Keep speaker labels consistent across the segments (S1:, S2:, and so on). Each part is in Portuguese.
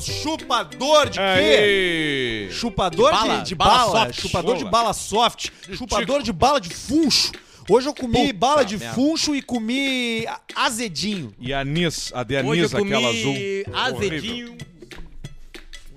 S1: chupador de quê?
S2: Aê!
S1: Chupador
S3: De
S1: de,
S3: bala?
S1: de
S3: Bala
S1: bala,
S3: soft.
S1: chupador de
S2: Boa.
S1: bala soft, chupador de bala de funcho. Hoje eu comi
S2: Puta
S1: bala de
S2: merda.
S1: funcho e comi a- azedinho.
S2: E anis, a de
S3: Hoje eu
S2: anis,
S3: comi
S2: aquela azul. Horrível.
S3: azedinho.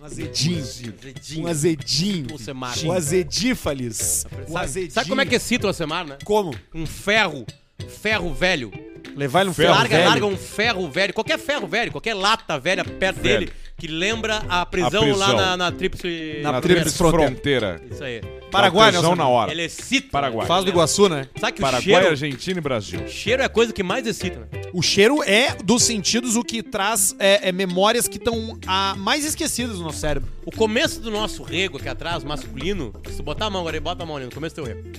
S1: Um azedinho.
S3: Azedinho.
S1: Um azedinho.
S3: Você mata.
S1: O azedífalis. O
S3: Sabe,
S1: azedinho.
S3: sabe como é que excita o Alcemar, né?
S1: Como?
S3: Um ferro. Ferro velho.
S1: Levar ele um
S2: Ferro
S1: ferro
S3: larga,
S1: velho.
S3: larga um ferro velho. Qualquer ferro velho, qualquer lata velha perto
S2: Velho.
S3: dele. Que lembra a prisão,
S2: prisão.
S3: lá na, na tríplice...
S1: Na
S2: Na
S1: tríplice
S2: tríplice
S1: fronteira.
S2: fronteira.
S3: Isso aí.
S1: Paraguai,
S2: Dá tesão
S1: Nelson.
S2: na hora.
S3: Ele é excita.
S2: Paraguai.
S1: Faz do Iguaçu, né?
S3: Sabe que o
S2: Paraguai, é
S3: cheiro...
S2: Argentina e Brasil.
S3: Cheiro é a coisa que mais excita, né?
S1: O cheiro é, dos sentidos, o que traz é, é, memórias que estão ah, mais esquecidas no nosso cérebro.
S3: O começo do nosso rego aqui atrás, masculino, se tu botar a mão agora aí, bota a mão ali no começo do teu rego.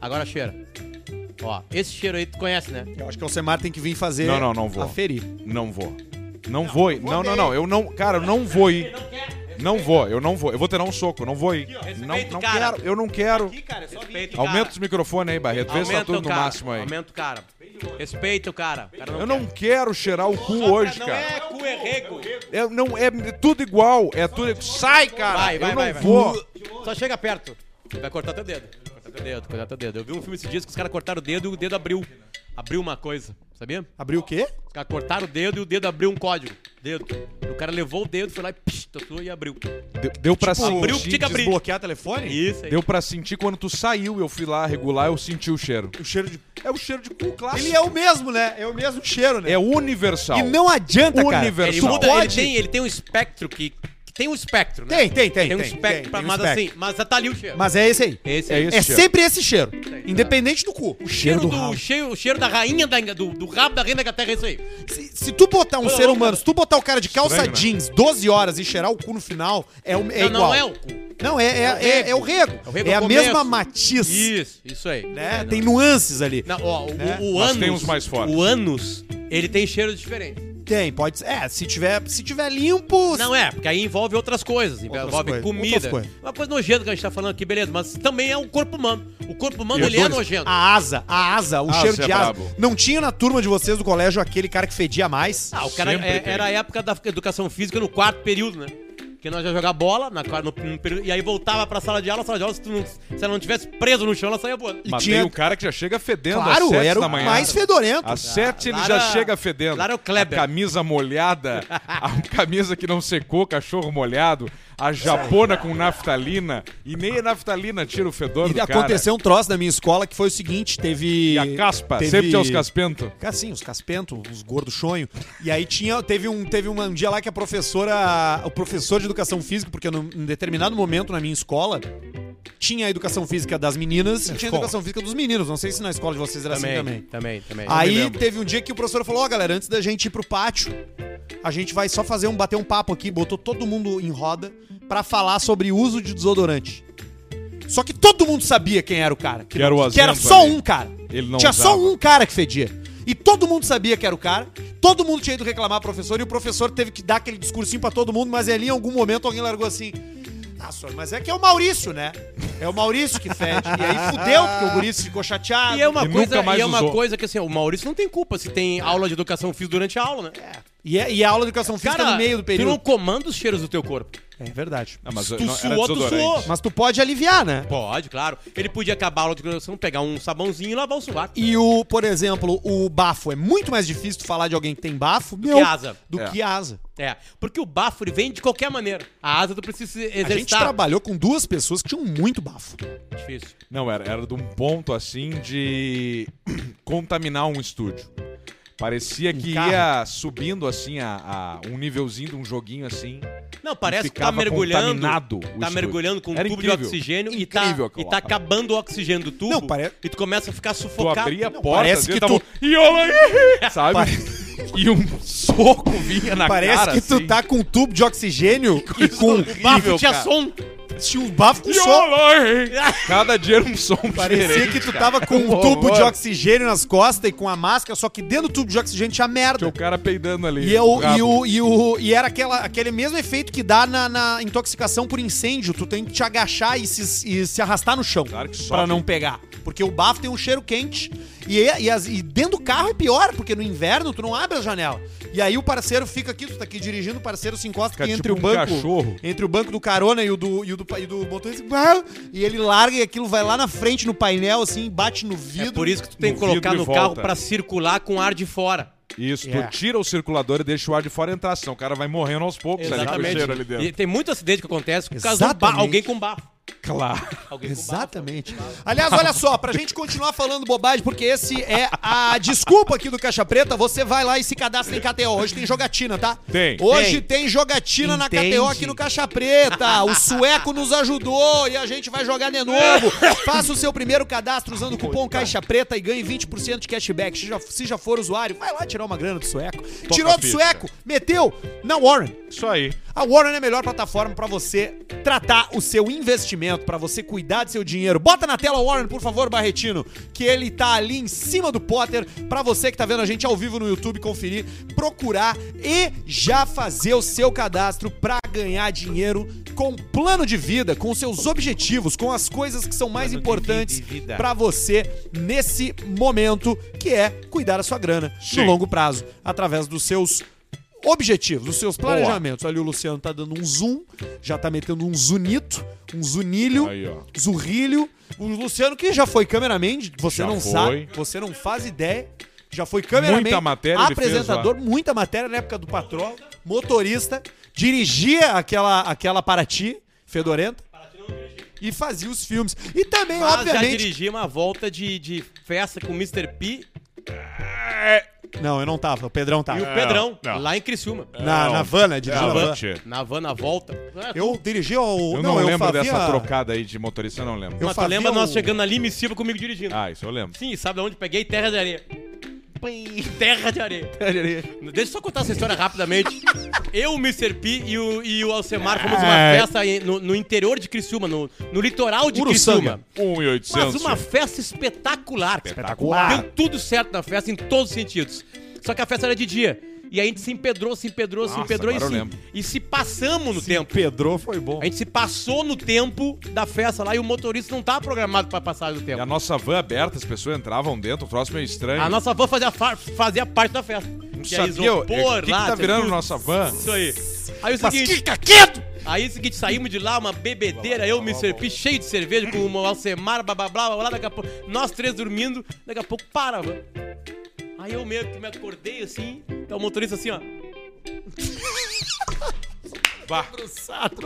S3: Agora cheira. Ó, esse cheiro aí tu conhece, né?
S1: Eu acho que o Alcemar tem que vir fazer.
S2: Não, não, não vou.
S1: Aferir.
S2: Não vou. Não vou. ir. Não, não, não. Eu não. Cara, eu não vou ir.
S3: É
S2: Não vou, eu não vou. Eu vou ter um soco, não vou ir. Não,
S3: respeita o
S2: não
S3: cara.
S2: quero, eu não quero.
S1: cara, é só
S3: Respeita o
S2: Aumenta
S3: cara.
S2: os microfones aí, Barreto. Vê se tá
S3: Aumenta o
S2: tudo no
S3: cara.
S2: máximo aí.
S3: Aumenta o cara. Respeita o cara. O cara
S2: Eu não quero cheirar o cu hoje,
S3: não
S2: cara.
S3: é cu, é rego.
S2: É, não, é tudo igual. É tudo. Sai, cara!
S3: Vai, vai,
S2: eu
S3: vai,
S2: não
S3: vai.
S2: vou.
S3: Só chega perto. Vai cortar teu dedo. Cortar teu dedo, cortar teu dedo. Eu vi um filme esses dias que os caras cortaram o dedo e o dedo abriu. Abriu uma coisa, sabia?
S1: Abriu o quê?
S3: Os caras cortaram o dedo e o dedo abriu um código. Dedo. E o cara levou o dedo, foi lá e psh, tatuou e abriu.
S2: Deu, deu pra
S3: Tipo, abriu,
S2: sentir.
S3: tinha que abrir.
S1: Bloquear telefone?
S3: Isso aí.
S2: Deu pra sentir quando tu saiu, eu fui lá regular, eu senti o cheiro.
S1: O cheiro de.
S2: É o cheiro de cu clássico.
S1: Ele é o mesmo, né? É o mesmo cheiro, né?
S2: É universal.
S1: E não adianta, cara.
S2: Universal.
S3: Ele,
S1: Tu
S3: muda, ele,
S1: um pode...
S3: tem, ele tem um espectro que. que Tem um espectro, né?
S1: Tem, tem, tem,
S3: Tem um
S1: tem,
S3: espectro,
S1: tem,
S3: pra-
S1: tem um
S3: mas
S1: espectro.
S3: assim, mas tá ali o cheiro.
S1: Mas é esse aí.
S3: Esse
S2: É
S3: aí.
S2: esse
S1: É
S2: cheiro.
S1: sempre esse cheiro. Independente do cu. O
S3: cheiro do, cheiro, o cheiro da rainha da, do, do rabo da rainha da terra é isso aí.
S1: Se, se tu botar um
S3: Ô,
S1: ser
S3: ô,
S1: humano,
S3: cara.
S1: se tu botar o cara de calça
S2: Estranho, né?
S1: jeans 12 horas e cheirar o cu no final, é, o, é
S3: Não,
S1: igual.
S3: não é o cu.
S1: Não, é, é, é, é o rego.
S3: É o rego,
S1: É
S3: é
S1: a
S3: o
S1: mesma
S3: começo.
S1: matiz.
S3: Isso, isso aí.
S1: né?
S3: É, não.
S1: tem nuances ali.
S3: Não, ó, o,
S1: Né?
S3: o, o
S2: Mas
S3: ânus-
S2: tem uns mais fortes.
S3: O ânus, ele tem cheiro diferente.
S1: Tem, pode ser. É, se tiver, se tiver limpo.
S3: Não é, porque aí envolve outras coisas, envolve
S1: coisas, outras
S3: comida.
S1: coisas.
S3: Uma coisa nojenta que a gente tá falando aqui, beleza, mas também é o corpo humano. O corpo humano,
S2: E
S3: ele é
S2: odores.
S3: nojento.
S1: A asa, a asa, o
S2: Asa
S1: cheiro
S2: é
S1: de asa.
S2: brabo.
S1: Não tinha na turma de vocês do colégio aquele cara que fedia mais?
S3: Ah, o cara
S2: Sempre
S3: é-
S2: tem.
S3: era a época da educação física no quarto período, né? Porque nós ia jogar bola na, qua- no, no período, e aí voltava pra sala de aula, a sala de aula, se, tu não, se ela não tivesse preso no chão, ela saía boa.
S1: E
S2: Mas
S1: tinha-
S2: tem o cara que já chega fedendo às
S1: claro,
S2: sete
S1: era
S2: da
S1: o
S2: manhã.
S1: mais fedorento.
S2: Às sete ele
S3: lá
S2: já
S3: era-
S2: chega fedendo.
S3: lá era o Kleber.
S2: A camisa molhada, a camisa que não secou, cachorro molhado, a japona com naftalina. E nem a naftalina tira o fedor
S1: E
S2: do cara. É.
S1: aconteceu um troço na minha escola que foi o seguinte: teve.
S2: E a caspa,
S1: teve-
S2: sempre tinha os caspentos.
S1: Cara, sim, os caspentos, os gordos chonho. E aí tinha, teve, um, teve um dia lá que a professora, o professor de educação física, porque num, em determinado momento na minha escola, tinha a educação física das meninas e tinha a
S2: escola.
S1: educação física dos meninos. Não sei se na escola de vocês era assim também.
S3: também, também.
S2: me
S1: Aí
S2: lembro.
S1: teve um dia que o professor falou: Ó, galera, antes da gente ir pro pátio, a gente vai só fazer um bater um papo aqui. Botou todo mundo em roda pra falar sobre uso de desodorante. Só que todo mundo sabia quem era o cara.
S2: Que era o
S1: que era
S2: Azento
S1: só
S2: ali.
S1: um cara.
S2: Ele não
S1: tinha só
S2: usava.
S1: um cara que fedia. E todo mundo sabia que era o cara. Todo mundo tinha ido reclamar ao professor e o professor teve que dar aquele discursinho pra todo mundo, mas ali em algum momento alguém largou assim: "Ah, senhor, mas é que é o Maurício, né? É o Maurício que fede". e aí fudeu, porque o Maurício ficou chateado.
S3: E é uma,
S2: E
S3: coisa,
S2: nunca mais
S3: e é uma
S2: usou.
S3: coisa que assim, o Maurício não tem culpa se tem aula de educação física durante a aula, né?
S1: E, é- e a aula de educação física no meio do
S3: tu não
S1: período.
S3: comanda os cheiros do teu corpo.
S1: É verdade.
S2: Ah, mas
S3: Se
S2: não,
S3: tu
S2: era
S3: suou, tu
S2: desodorante.
S3: suou.
S1: Mas tu pode aliviar, né?
S3: Pode, claro. Ele podia acabar a aula de educação, pegar um sabãozinho e lavar o sovaco.
S1: E o, por exemplo, o bafo. É muito mais difícil tu falar de alguém que tem bafo meu,
S3: que asa.
S1: do
S2: É.
S1: que asa.
S3: É, porque o bafo ele vem de qualquer maneira. A asa tu precisa se
S1: A gente
S3: exercitar. É
S1: trabalhou com duas pessoas que tinham muito bafo.
S3: Difícil.
S2: Não, era, era de um ponto assim de contaminar um estúdio. Parecia que
S1: Um carro.
S2: ia subindo assim a, a um nívelzinho de um joguinho assim.
S3: Não, parece que tá
S2: ficava
S3: mergulhando.
S2: contaminado o
S3: Tá
S2: estúdio.
S3: mergulhando com um
S2: Era
S3: tubo de
S2: incrível.
S3: oxigênio
S2: Incrível
S3: e, tá,
S2: aquilo
S3: e tá
S2: lá, cara.
S3: acabando o oxigênio do tubo.
S1: Não, pare-
S3: E tu começa a ficar
S2: Tu
S3: sufocado.
S2: abria a
S1: Não,
S2: porta,
S1: parece que
S2: às vezes tava um, "Ih, olha aí!" sabe? E um soco vinha na
S1: Parece
S2: cara.
S1: que tu
S2: assim.
S1: tá com um tubo de oxigênio e com um
S3: O bafo tinha
S2: cara.
S3: som.
S1: tinha um bafo com
S2: "Ih,
S1: som.
S2: olha aí!" Cada dia era um som
S1: Parecia
S2: diferente,
S1: que tu
S2: cara.
S1: tava com um
S2: Um
S1: tubo de
S2: horror.
S1: oxigênio nas costas e com a máscara, só que dentro do tubo de oxigênio tinha merda.
S2: Tinha o cara peidando ali.
S1: E, é o-
S2: brabo.
S1: e, o, e, o, e era aquela, aquele mesmo efeito que dá na, na intoxicação por incêndio. Tu tem que te agachar e se, e se arrastar no chão
S2: Claro que sobe.
S1: pra não pegar. Porque o bafo tem um cheiro quente. E, é- e as- e dentro do carro é pior, porque no inverno tu não abre a janela. E aí o parceiro fica aqui, tu tá aqui dirigindo, o parceiro se encosta
S2: Fica
S1: aqui
S2: tipo
S1: entre o
S2: um
S1: banco.
S2: cachorro.
S1: Entre o banco do carona e o do, e o do, pa- e do motorista. Ah! E ele larga e aquilo vai lá na frente no painel, assim, bate no vidro.
S3: É por isso que tu tem
S2: No
S3: que colocar
S2: vidro e
S3: no carro
S2: volta.
S3: pra circular com ar de fora.
S2: Isso,
S1: Yeah.
S2: tu tira o circulador e deixa o ar de fora entrar, senão o cara vai morrendo aos poucos ali com o cheiro ali dentro.
S3: E tem muito acidente que acontece por causa de um ba-
S1: Exatamente.
S3: alguém com barro.
S2: Claro.
S3: Alguém com barro.
S1: Exatamente. Aliás, olha só, pra gente continuar falando bobagem, porque esse é a desculpa aqui do Caixa Preta, você vai lá e se cadastra em KTO. Hoje tem jogatina, tá?
S2: Tem.
S1: Hoje tem, jogatina
S3: Entende.
S1: na KTO aqui no Caixa Preta. O sueco nos ajudou e a gente vai jogar de novo. Faça o seu primeiro cadastro usando o cupom Caixa Preta e ganhe 20% de cashback. Se já, se já for usuário, vai lá tirar uma grana do sueco. Tirou do
S2: ficha.
S1: sueco, meteu na Warren.
S2: Isso aí.
S1: A Warren é a melhor plataforma para você tratar o seu investimento, para você cuidar do seu dinheiro. Bota na tela, Warren, por favor, Barretino, que ele tá ali em cima do Potter, para você que tá vendo a gente ao vivo no YouTube conferir, procurar e já fazer o seu cadastro para ganhar dinheiro com plano de vida, com seus objetivos, com as coisas que são mais
S3: Plano de
S1: importantes
S3: vida e vida.
S1: para você nesse momento, que é cuidar da sua grana
S2: Sim.
S1: no longo prazo, através dos seus objetivos, os seus planejamentos. Ali o Luciano tá dando um zoom, já tá metendo um zunito, um zunilho,
S2: Aí, ó.
S1: zurrilho. O Luciano que já foi cameraman, você
S2: Já
S1: não
S2: foi.
S1: sabe, você não faz ideia. Já foi cameraman,
S2: Muita matéria ele fez
S1: apresentador, muita matéria na época do Patrol, motorista, dirigia aquela aquela Paraty fedorenta e fazia os filmes. E também,
S3: Mas já
S1: obviamente,
S3: dirigi uma volta de, de festa com o Mr. P
S1: não, eu não tava, o Pedrão tava.
S3: e o Pedrão,
S2: É, não. É,
S3: lá em Criciúma.
S1: Na, na van, né? Dirigindo
S2: Não,
S1: na van.
S2: tchê.
S3: Na van, na volta. Ah,
S1: Eu dirigi ao.
S2: Eu não, lembro
S1: fazia-
S2: dessa trocada aí de motorista, eu não lembro.
S1: eu
S3: Mas tu
S1: fazia
S3: lembra
S1: o-
S3: nós chegando ali, me Silva comigo dirigindo.
S2: Ah, isso eu lembro.
S3: Sim, sabe de onde peguei? Terra de areia. Terra de areia. Deixa eu só contar essa história rapidamente. Eu, o Mr. P e o, e o Alcemar fomos numa
S2: É.
S3: festa em- no, no interior de Criciúma, no, no litoral de
S1: Uruçanga.
S3: Criciúma.
S2: 1,800.
S3: Mas uma festa espetacular.
S2: Espetacular.
S3: Deu tudo certo na festa, em todos os sentidos. Só que a festa era de dia. E a gente se empedrou, se empedrou, se
S2: Nossa,
S3: empedrou e
S2: agora eu
S3: se,
S2: lembro.
S3: e se passamos no tempo.
S1: Pedro foi bom.
S3: A gente se passou no tempo da festa lá e o motorista não tava programado pra passar do
S2: E
S3: tempo.
S2: a nossa van é aberta, as pessoas entravam dentro, o troço meio estranho.
S3: A nossa van fazia, fa- fazia parte da festa. Não
S2: sabia, o que que tá virando nossa van?
S3: Isso aí. Aí o seguinte,
S1: tá
S3: aí o seguinte, saímos de lá, uma bebedeira, eu, Mr. P, cheio de cerveja, com o Alcemar, blá blá blá blá, blá, daqui a pouco, nós três dormindo, daqui a pouco para, van. Aí eu meio que me acordei assim, tá o motorista assim, ó,
S2: Bah,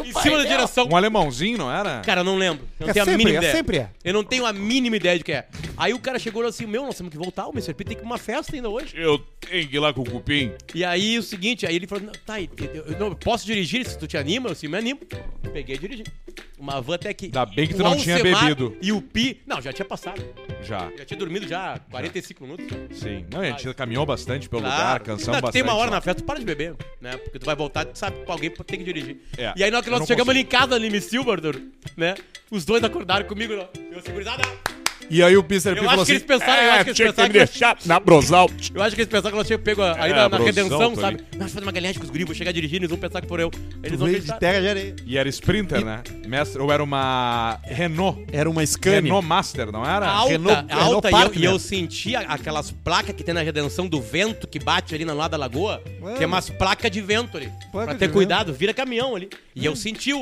S3: em cima da direção.
S2: Um alemãozinho, não era?
S3: Cara, eu não lembro. Não
S1: É
S3: tenho
S1: sempre,
S3: a mínima
S1: é
S3: ideia.
S1: sempre é.
S3: Eu não tenho a mínima ideia de que é. Aí o cara chegou e falou assim: Meu, nós temos que voltar, o Mr. P tem que ir pra uma festa ainda hoje.
S2: Eu tenho que ir lá com o cupim.
S3: E aí o seguinte, aí ele falou: "Não, Tá, eu, eu- eu não eu posso dirigir se tu te anima, eu sim me animo. Peguei e dirigi. Uma van até que.
S2: Ainda bem que tu
S3: o
S2: não tinha
S3: Alcemar
S2: bebido.
S3: E o Pi. Não, já tinha passado.
S2: Já,
S3: Já tinha dormido já 45 minutos.
S2: sim. Não, e a gente caminhou bastante pelo lugar,
S3: Claro.
S2: cansamos
S3: Não,
S2: bastante.
S3: tem uma hora
S2: lá.
S3: na festa, tu para de beber, né? Porque tu vai voltar, tu sabe que alguém tem que dirigir.
S2: É,
S3: E aí na hora que
S2: eu
S3: nós
S2: não
S3: chegamos
S2: consigo.
S3: ali em casa, ali em Silva, Arthur, né? Os dois acordaram comigo, assim, ó. Meu segurizada.
S1: E aí o Mr. P
S3: Eu
S1: falou
S3: acho que
S1: assim.
S3: eles pensaram,
S2: "É,
S3: eu acho que eles pensaram que nós-
S2: na Brosal.
S3: eu acho que eles pensaram que nós tínhamos pego a- aí
S2: É,
S3: na, na
S2: brosão,
S3: redenção,
S2: tô
S3: sabe? Nós fazer uma galinhagem com os guris, vou chegar dirigindo, eles vão pensar que for eu. Eles vão
S1: "Veio de
S3: acreditar.
S1: terra de areia."
S2: E era Sprinter, né? Mestre, ou era uma Renault.
S1: Era uma Scania.
S2: Renault Master, não era?
S3: A alta,
S1: Ah, Renault-
S3: a alta
S1: Renault
S3: e eu-
S1: Partner.
S3: e, eu, senti a- aquelas placas que tem na redenção do vento que bate ali na lado da lagoa.
S1: Mano.
S3: Tem umas placas de vento ali.
S1: Ah. Placa
S3: pra
S1: de
S3: ter
S1: vento. Hum.
S3: cuidado, vira caminhão ali. E eu senti o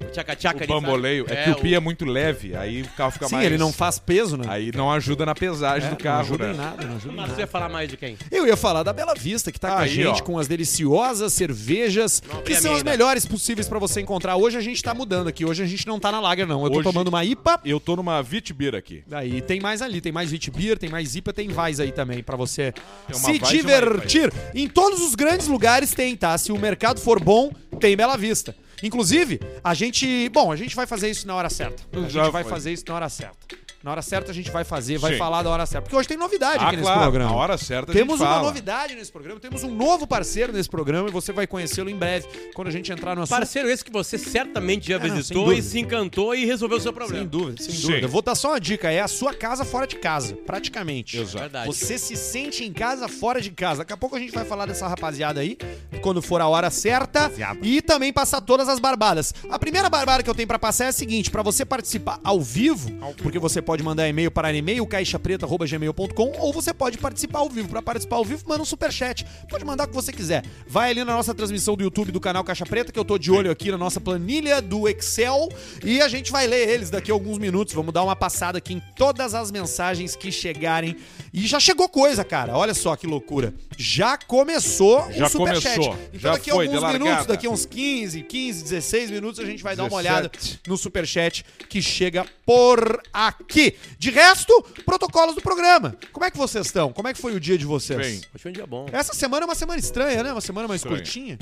S3: o tchaca-tchaca
S2: O
S3: ali.
S2: bamboleio.
S3: sabe?
S2: É, que o Pi é muito leve, aí o carro fica
S1: Sim,
S2: mais...
S1: ele não faz peso, né?
S2: Aí não ajuda na pesagem
S1: É,
S2: do carro,
S1: não ajuda
S2: né?
S1: em nada, não ajuda em
S3: Mas
S1: nada.
S3: você ia falar mais de quem?
S1: Eu ia falar da Bela Vista, que tá com a
S2: Aí,
S1: gente,
S2: ó.
S1: com as deliciosas cervejas,
S3: Não abri
S1: que
S3: a
S1: são
S3: minha
S1: as
S3: ainda.
S1: melhores possíveis pra você encontrar. Hoje a gente tá mudando aqui, hoje a gente não tá na Lager, não. Eu tô
S2: Hoje-
S1: tomando uma IPA.
S2: Eu tô numa Vitbir aqui.
S1: Aí tem mais ali, tem mais Vitbeer, tem mais IPA, tem Vais aí também pra você
S2: Tem uma
S1: se
S2: Weiss e uma
S1: divertir. Em todos os grandes lugares tem, tá? Se o mercado for bom, tem Bela Vista. Inclusive, a gente, bom, a gente vai fazer isso na hora certa. A gente
S2: Já
S1: vai
S2: foi.
S1: fazer isso na hora certa. Na hora certa a gente vai fazer, vai
S2: Sim.
S1: falar da hora certa, porque hoje tem novidade
S2: Ah,
S1: aqui nesse
S2: claro,
S1: programa.
S2: na hora certa a gente
S1: Temos uma
S2: fala.
S1: novidade nesse programa, temos um novo parceiro nesse programa e você vai conhecê-lo em breve quando a gente entrar no assunto.
S3: Parceiro esse que você certamente já
S1: Ah, não, sem
S3: visitou
S1: dúvida.
S3: e se encantou e resolveu o seu problema.
S1: Sem dúvida, sem
S2: Sim.
S1: dúvida. Eu vou dar só uma dica, é a sua casa fora de casa, praticamente.
S2: Exato.
S3: Verdade.
S1: Você se sente em casa fora de casa. Daqui a pouco a gente vai falar dessa rapaziada aí, quando for a hora certa. E também passar todas as barbadas. A primeira barbada que eu tenho pra passar é a seguinte: pra você participar ao vivo, porque você pode pode mandar e-mail para animeiocaixapreta.gmail.com ou você pode participar ao vivo. Para participar ao vivo, manda um superchat. Pode mandar o que você quiser. Vai ali na nossa transmissão do YouTube do canal Caixa Preta, que eu tô de olho aqui na nossa planilha do Excel. E a gente vai ler eles daqui a alguns minutos. Vamos dar uma passada aqui em todas as mensagens que chegarem. E já chegou coisa, cara. Olha só que loucura. Já começou
S2: Já
S1: o superchat.
S2: começou.
S1: Então
S2: Já
S1: daqui a
S2: foi,
S1: alguns
S2: de largada.
S1: minutos, daqui a uns 15, 15, 16 minutos, a gente vai dar uma olhada
S2: 17.
S1: no superchat que chega por aqui. De resto, protocolos do programa. Como é que vocês estão? Como é que foi o dia de vocês?
S2: Bem.
S3: Hoje é um dia bom.
S1: Essa semana é uma semana estranha, né? Uma semana mais
S2: Estranha.
S1: curtinha.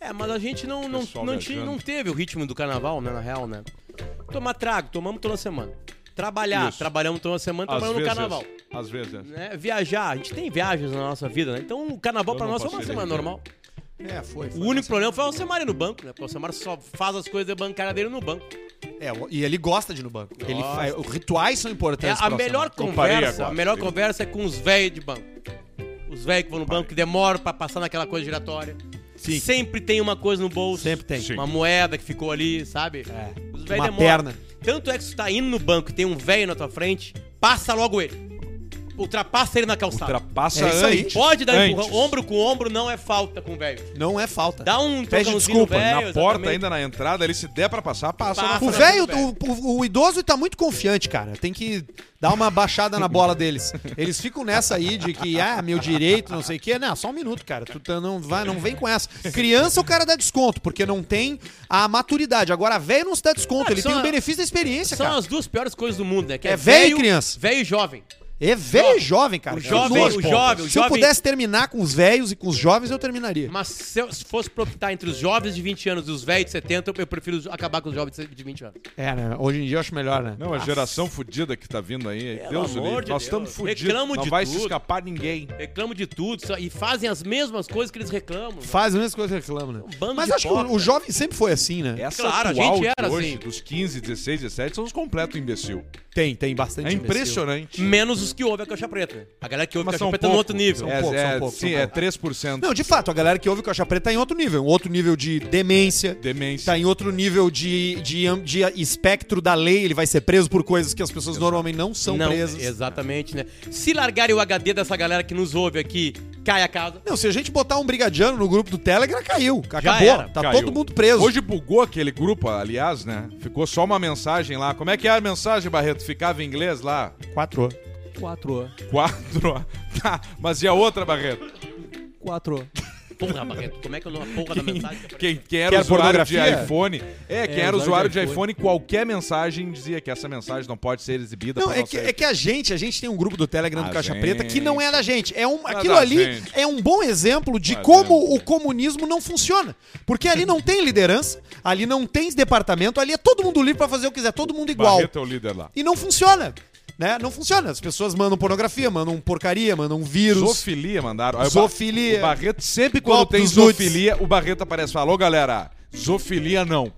S3: É, mas a gente não, não,
S2: Pessoal
S3: não, tinha-
S2: viajando.
S3: não teve o ritmo do carnaval, né? Na real, né? Tomar trago, tomamos toda semana. Trabalhar,
S2: Isso.
S3: trabalhamos toda semana,
S2: Às
S3: trabalhamos
S2: vezes.
S3: no carnaval.
S2: Às vezes.
S3: Né? Viajar, a gente tem viagens na nossa vida, né? Então o carnaval
S2: Eu
S3: pra
S2: não
S3: nós é
S2: posso
S3: uma
S2: ir
S3: semana
S2: daí, né?
S3: normal.
S1: É, foi.
S3: O único problema foi o Alcemar ir no banco, né? Porque o Alcemar só faz as coisas da bancária dele no banco.
S2: Tá
S1: É, e ele gosta de ir no banco. Ele
S3: Gosta.
S1: faz- os rituais são
S3: É,
S1: importantes.
S3: a
S1: pra
S3: melhor
S1: Alcemar.
S2: parei
S3: conversa,
S2: agora,
S3: a melhor
S2: entendeu?
S3: conversa é com os velhos de banco. Os velhos que vão no banco, que demoram pra passar naquela coisa giratória.
S1: Sim.
S3: Sempre tem uma coisa no bolso.
S1: Sempre tem.
S2: Sim.
S3: Uma moeda que ficou ali, sabe?
S1: É.
S3: Os
S1: Uma
S3: velhos demoram.
S1: perna.
S3: Tanto é que se tu tá indo no banco e tem um velho na tua frente, passa logo ele. Ultrapassa ele na calçada.
S2: Ultrapassa
S1: É isso aí.
S2: antes.
S3: Tá. Pode dar
S2: Antes.
S3: empurrão, ombro com ombro não é falta com o velho.
S1: Não é falta.
S3: Dá um
S1: Pede
S3: trocãozinho
S1: desculpa,
S3: no
S2: Na
S3: velho,
S2: porta,
S3: exatamente.
S2: ainda na entrada, ele se der pra passar, passa.
S3: Passa.
S2: na
S1: O
S2: frente.
S1: velho, o, o- o idoso tá muito confiante, cara. Tem que dar uma baixada na bola deles. Eles ficam nessa aí de que, ah, meu direito, não sei o quê. Não, só um minuto, cara. Tu tá- não, vai, não vem com essa. Criança, o cara dá desconto, porque não tem a maturidade. Agora, velho não se dá desconto.
S3: É,
S1: Ele
S3: são
S1: tem o
S3: a-
S1: benefício da experiência,
S3: São
S1: cara.
S3: as duas piores coisas do mundo, né? Que
S1: É velho e criança.
S3: Velho e jovem.
S1: É velho e jovem, cara.
S3: O
S1: Que
S3: jovem-
S1: nojo.
S3: o jovem- o
S1: Se eu
S3: jovem-
S1: pudesse terminar com os velhos e com os jovens, eu terminaria.
S3: Mas se eu- se fosse pra optar entre os jovens de 20 anos e os velhos de 70, eu- eu prefiro os- acabar com os jovens de 20 anos.
S1: É, né? Hoje em dia eu acho melhor, né?
S2: Não, a geração fudida que tá vindo aí.
S3: Pelo
S2: Deus do
S3: amor
S2: livre.
S3: de
S2: Nós
S3: Deus.
S2: estamos fudidos.
S3: Reclamo
S2: Não
S3: de
S2: vai se
S3: tudo.
S2: escapar ninguém.
S3: Reclamam de tudo só- e fazem as mesmas coisas que eles reclamam. né?
S1: Faz as mesmas coisas que reclamam, né?
S3: Um bando
S1: Mas
S3: de
S1: acho que o-
S3: porca.
S1: o jovem sempre foi assim, né?
S2: Essa
S3: Claro, a
S2: atual
S3: gente
S2: de
S3: era
S2: hoje,
S3: assim.
S2: dos 15, 16, 17, são os completos imbecil.
S1: Tem, tem bastante.
S2: É
S1: imbecil.
S2: impressionante.
S3: Menos os que ouvem a caixa preta. né? A galera que ouve a
S2: Mas
S3: caixa
S2: são
S3: preta tá no
S2: pouco.
S3: outro
S1: São
S3: nível.
S2: é,
S1: poucos,
S2: é,
S1: são poucos,
S2: sim,
S1: são
S2: é
S1: poucos.
S2: 3%.
S1: Não, de fato, a galera que ouve Caixa Preta tá em outro nível, um outro nível de demência,
S2: Demência.
S1: tá em outro nível de, de, am- de espectro da lei, ele vai ser preso por coisas que as pessoas normalmente não são
S3: não,
S1: presas.
S3: Exatamente, né? Se largarem o HD dessa galera que nos ouve aqui, cai a casa.
S1: Não, se a gente botar um brigadiano no grupo do Telegram, caiu, acabou,
S3: era,
S1: tá
S2: Caiu.
S1: todo mundo preso.
S2: Hoje bugou aquele grupo, aliás, né? Ficou só uma mensagem lá. Como é que é a mensagem, Barreto? Ficava em inglês lá?
S1: quatro.
S4: 4,
S2: Quatro. Tá, mas e a outra, Barreto?
S4: 4.
S3: Porra, Barreto, como é que eu não a porra da mensagem? que aparece?
S2: Quem, quem era
S1: Quer
S2: usuário de
S1: pornografia?
S2: iPhone. É, quem
S4: É,
S2: era usuário de
S4: iPhone.
S2: iPhone, qualquer mensagem dizia que essa mensagem não pode ser exibida
S1: Não,
S2: pra
S1: é
S2: nossa
S1: que, é que a gente, a gente tem um grupo do Telegram do
S2: A
S1: Caixa Preta que não é da gente. É um,
S2: é
S1: aquilo
S2: da
S1: ali
S2: gente.
S1: é um bom exemplo de
S2: Não é
S1: como
S2: da gente.
S1: o comunismo não funciona. Porque ali não tem liderança, ali não tem departamento, ali é todo mundo livre pra fazer o que quiser, todo mundo igual.
S2: Barreto é o líder lá.
S1: E não funciona. Né? Não funciona. As pessoas mandam pornografia, mandam porcaria, mandam um vírus.
S2: Zoofilia mandaram. Aí o Ba-
S1: Zoofilia.
S2: O Barreto, sempre quando
S1: Golpe
S2: tem
S1: dos nudes.
S2: zoofilia, o Barreto aparece e fala: Ô galera, zoofilia não.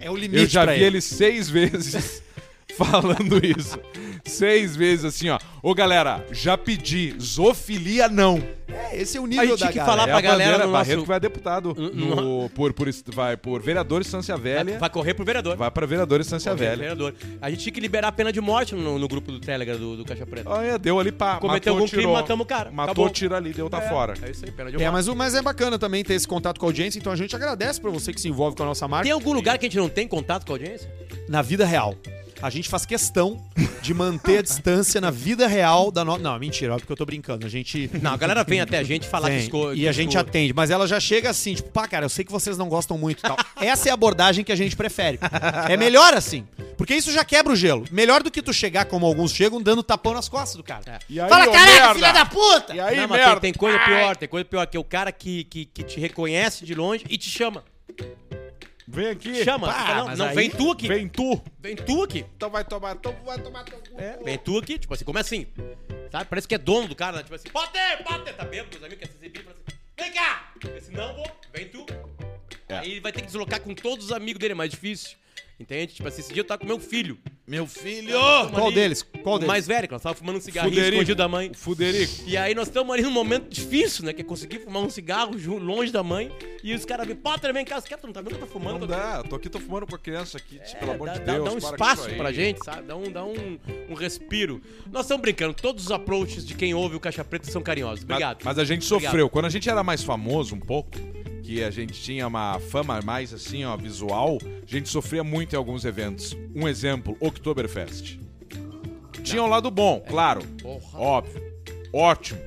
S1: É o limite
S2: Eu já
S1: pra
S2: vi ele seis vezes falando isso. Seis vezes assim, ó. Ô galera, já pedi, zoofilia não.
S1: É, esse é o
S3: A
S1: nível
S3: gente
S1: da
S3: tinha que
S1: galera.
S3: falar
S2: é a
S3: pra
S2: bandeira,
S3: galera no
S2: Barreto
S3: nosso-
S2: que vai a deputado.
S3: No-
S2: no- por, por, est- vai por vereador Estância Velha.
S3: Vai correr pro vereador.
S2: Vai pra vereador Estância
S3: correr pro
S2: Velha.
S3: vereador. A gente tinha que liberar a pena de morte no, no grupo do Telegram do, do Caixa Preta.
S2: Olha, deu ali pá.
S3: Cometeu
S2: matou,
S3: algum crime,
S2: tirou.
S3: matamos o cara.
S2: Matou,
S3: Acabou.
S2: tira ali, deu, tá fora.
S3: É isso aí, pena de
S1: É,
S3: morte.
S1: mas, o- mas é bacana também ter esse contato com a audiência, então a gente agradece pra você que se envolve com a nossa marca.
S3: Tem algum lugar que a gente não tem contato com a audiência?
S1: na vida real. A gente faz questão de manter a distância na vida real da nossa. Não, mentira, ó, porque eu tô brincando. A gente.
S3: Não, a galera vem até a gente falar tipo,
S1: Tem,
S3: que esco-
S1: e
S3: que
S1: a gente
S3: esco-
S1: atende, mas ela já chega assim, tipo, pá, cara, eu sei que vocês não gostam muito e tal. Essa é a abordagem que a gente prefere. É melhor assim, porque isso já quebra o gelo. Melhor do que tu chegar como alguns chegam, dando tapão nas costas do
S3: É.
S1: cara.
S2: E aí,
S1: Fala,
S2: ô
S1: caraca,
S2: merda!
S1: filha da puta!
S2: E aí,
S3: não, mas
S2: merda?
S3: tem, tem coisa pior, tem coisa pior, que é o cara que, que, que te reconhece de longe e te chama.
S2: Ah, Vem aqui.
S3: Chama.
S1: pá,
S3: Fala, não,
S1: mas
S3: não
S1: aí-
S3: vem tu aqui. Vem,
S2: Vem tu.
S3: tu aqui.
S2: Então vai tomar, tu vai tomar teu cu.
S3: É, vem tu aqui. Tipo assim, como assim? Sabe? Parece que é dono do cara, né? Tipo assim, pode ter, pode ter. Tá bêbado, meus amigos, quer se exibir. fala Assim, vem cá! Esse não vou, vem tu. é Aí ele vai ter que deslocar com todos os amigos dele, é mais difícil. Entende? Tipo assim, esse dia eu tava com meu filho.
S2: Meu filho!
S1: Qual
S3: ali,
S1: deles? Qual deles?
S3: Mais velho, que ela tava fumando um cigarrinho
S2: Fuderico.
S3: escondido da mãe.
S2: O Fuderico.
S3: E aí nós estamos ali num momento difícil, né? Que é conseguir fumar um cigarro ju- longe da mãe. E os caras vêm, Potter, vem cá, os caras, tu não tá vendo que eu tô
S2: Não
S3: fumando? Tô-
S2: dá, tô aqui, tô fumando com a criança aqui,
S3: É,
S2: pelo amor
S3: dá,
S2: de
S3: dá-
S2: Deus.
S3: dá um
S2: para com isso
S3: espaço
S2: aí.
S3: pra gente, sabe? Dá um, dá um, um respiro. Nós estamos brincando, todos os approaches de quem ouve o Caixa Preta são carinhosos.
S2: Mas-
S3: Obrigado.
S2: Mas, a gente
S3: Obrigado.
S2: sofreu. Quando a gente era mais famoso um pouco, que a gente tinha uma fama mais assim, ó, visual, a gente sofria muito em alguns eventos. Um exemplo, Oktoberfest. Tinha um lado bom, claro.
S3: É. Porra.
S2: Óbvio. Ótimo.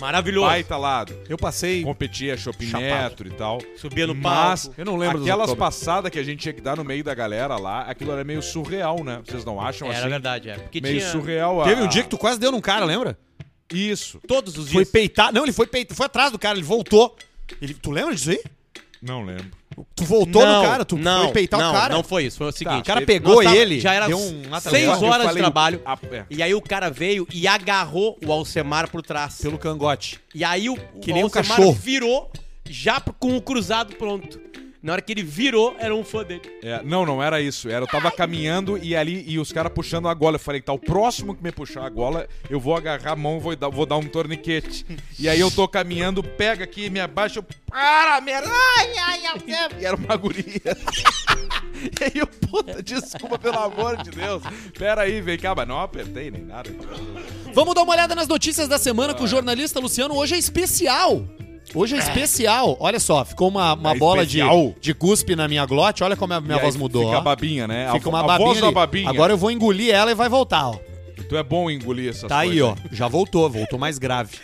S3: Maravilhoso.
S2: Baita lado.
S1: Eu passei.
S2: Competia Shopping
S3: Chapado.
S2: Metro e tal.
S3: Subia no
S2: Mas
S3: palco.
S1: Eu não lembro dos
S2: aquelas
S1: Oktober.
S2: passadas que a gente tinha que dar no meio da galera lá, aquilo era meio surreal, né? Vocês não acham
S3: Era
S2: assim?
S3: verdade, é. Porque
S2: meio
S3: tinha
S2: surreal. a-
S1: Teve um dia que tu quase deu num cara, lembra?
S2: Isso.
S3: todos os
S1: Foi
S3: dias.
S1: peitar. Não, ele foi peitar. Foi atrás do cara, ele voltou. Ele... Tu lembra disso aí?
S2: Não lembro.
S1: Tu voltou no cara, tu
S3: não,
S1: foi peitar
S3: não,
S1: o cara.
S3: Não, foi isso, foi o seguinte.
S1: o cara
S3: teve-
S1: pegou
S3: nós
S1: ele,
S3: Já era
S1: deu um
S3: seis
S1: atalhão.
S3: horas
S2: Eu falei,
S3: de trabalho.
S2: a- é.
S3: E aí o cara veio e agarrou o Alcemar por trás.
S1: Pelo cangote.
S3: E aí o,
S1: Que
S3: o
S1: nem um
S3: Alcemar
S1: cachorro.
S3: virou já p- com o cruzado pronto. Na hora que ele virou, era um fã dele.
S2: É, não, não era isso. Era, eu tava caminhando e ali e os caras puxando a gola. Eu falei, tá, o próximo que me puxar a gola, eu vou agarrar a mão e vou dar, vou dar um torniquete. e aí eu tô caminhando, pega aqui, me abaixa, eu. Para, merda! Ai, ai, é ai, ai. E era uma guria. e aí eu, puta, desculpa, pelo amor de Deus. Pera aí, vem cá, mas não apertei nem nada.
S5: Vamos dar uma olhada nas notícias da semana com o jornalista Luciano. Hoje é especial.
S1: Hoje é especial. Olha só, ficou uma, uma
S2: É
S1: bola de,
S2: especial?
S1: de cuspe na minha glote. Olha como a minha
S2: E
S1: voz
S2: aí
S1: mudou.
S2: Fica
S1: ó.
S2: a babinha, né?
S1: Fica
S2: a,
S1: uma
S2: a
S1: babinha.
S2: voz da
S1: ali.
S2: babinha.
S1: Agora eu vou engolir ela e vai voltar, ó.
S2: Tu é bom em engolir essas
S1: Tá aí,
S2: coisas. né?
S1: ó. Já voltou, voltou mais grave.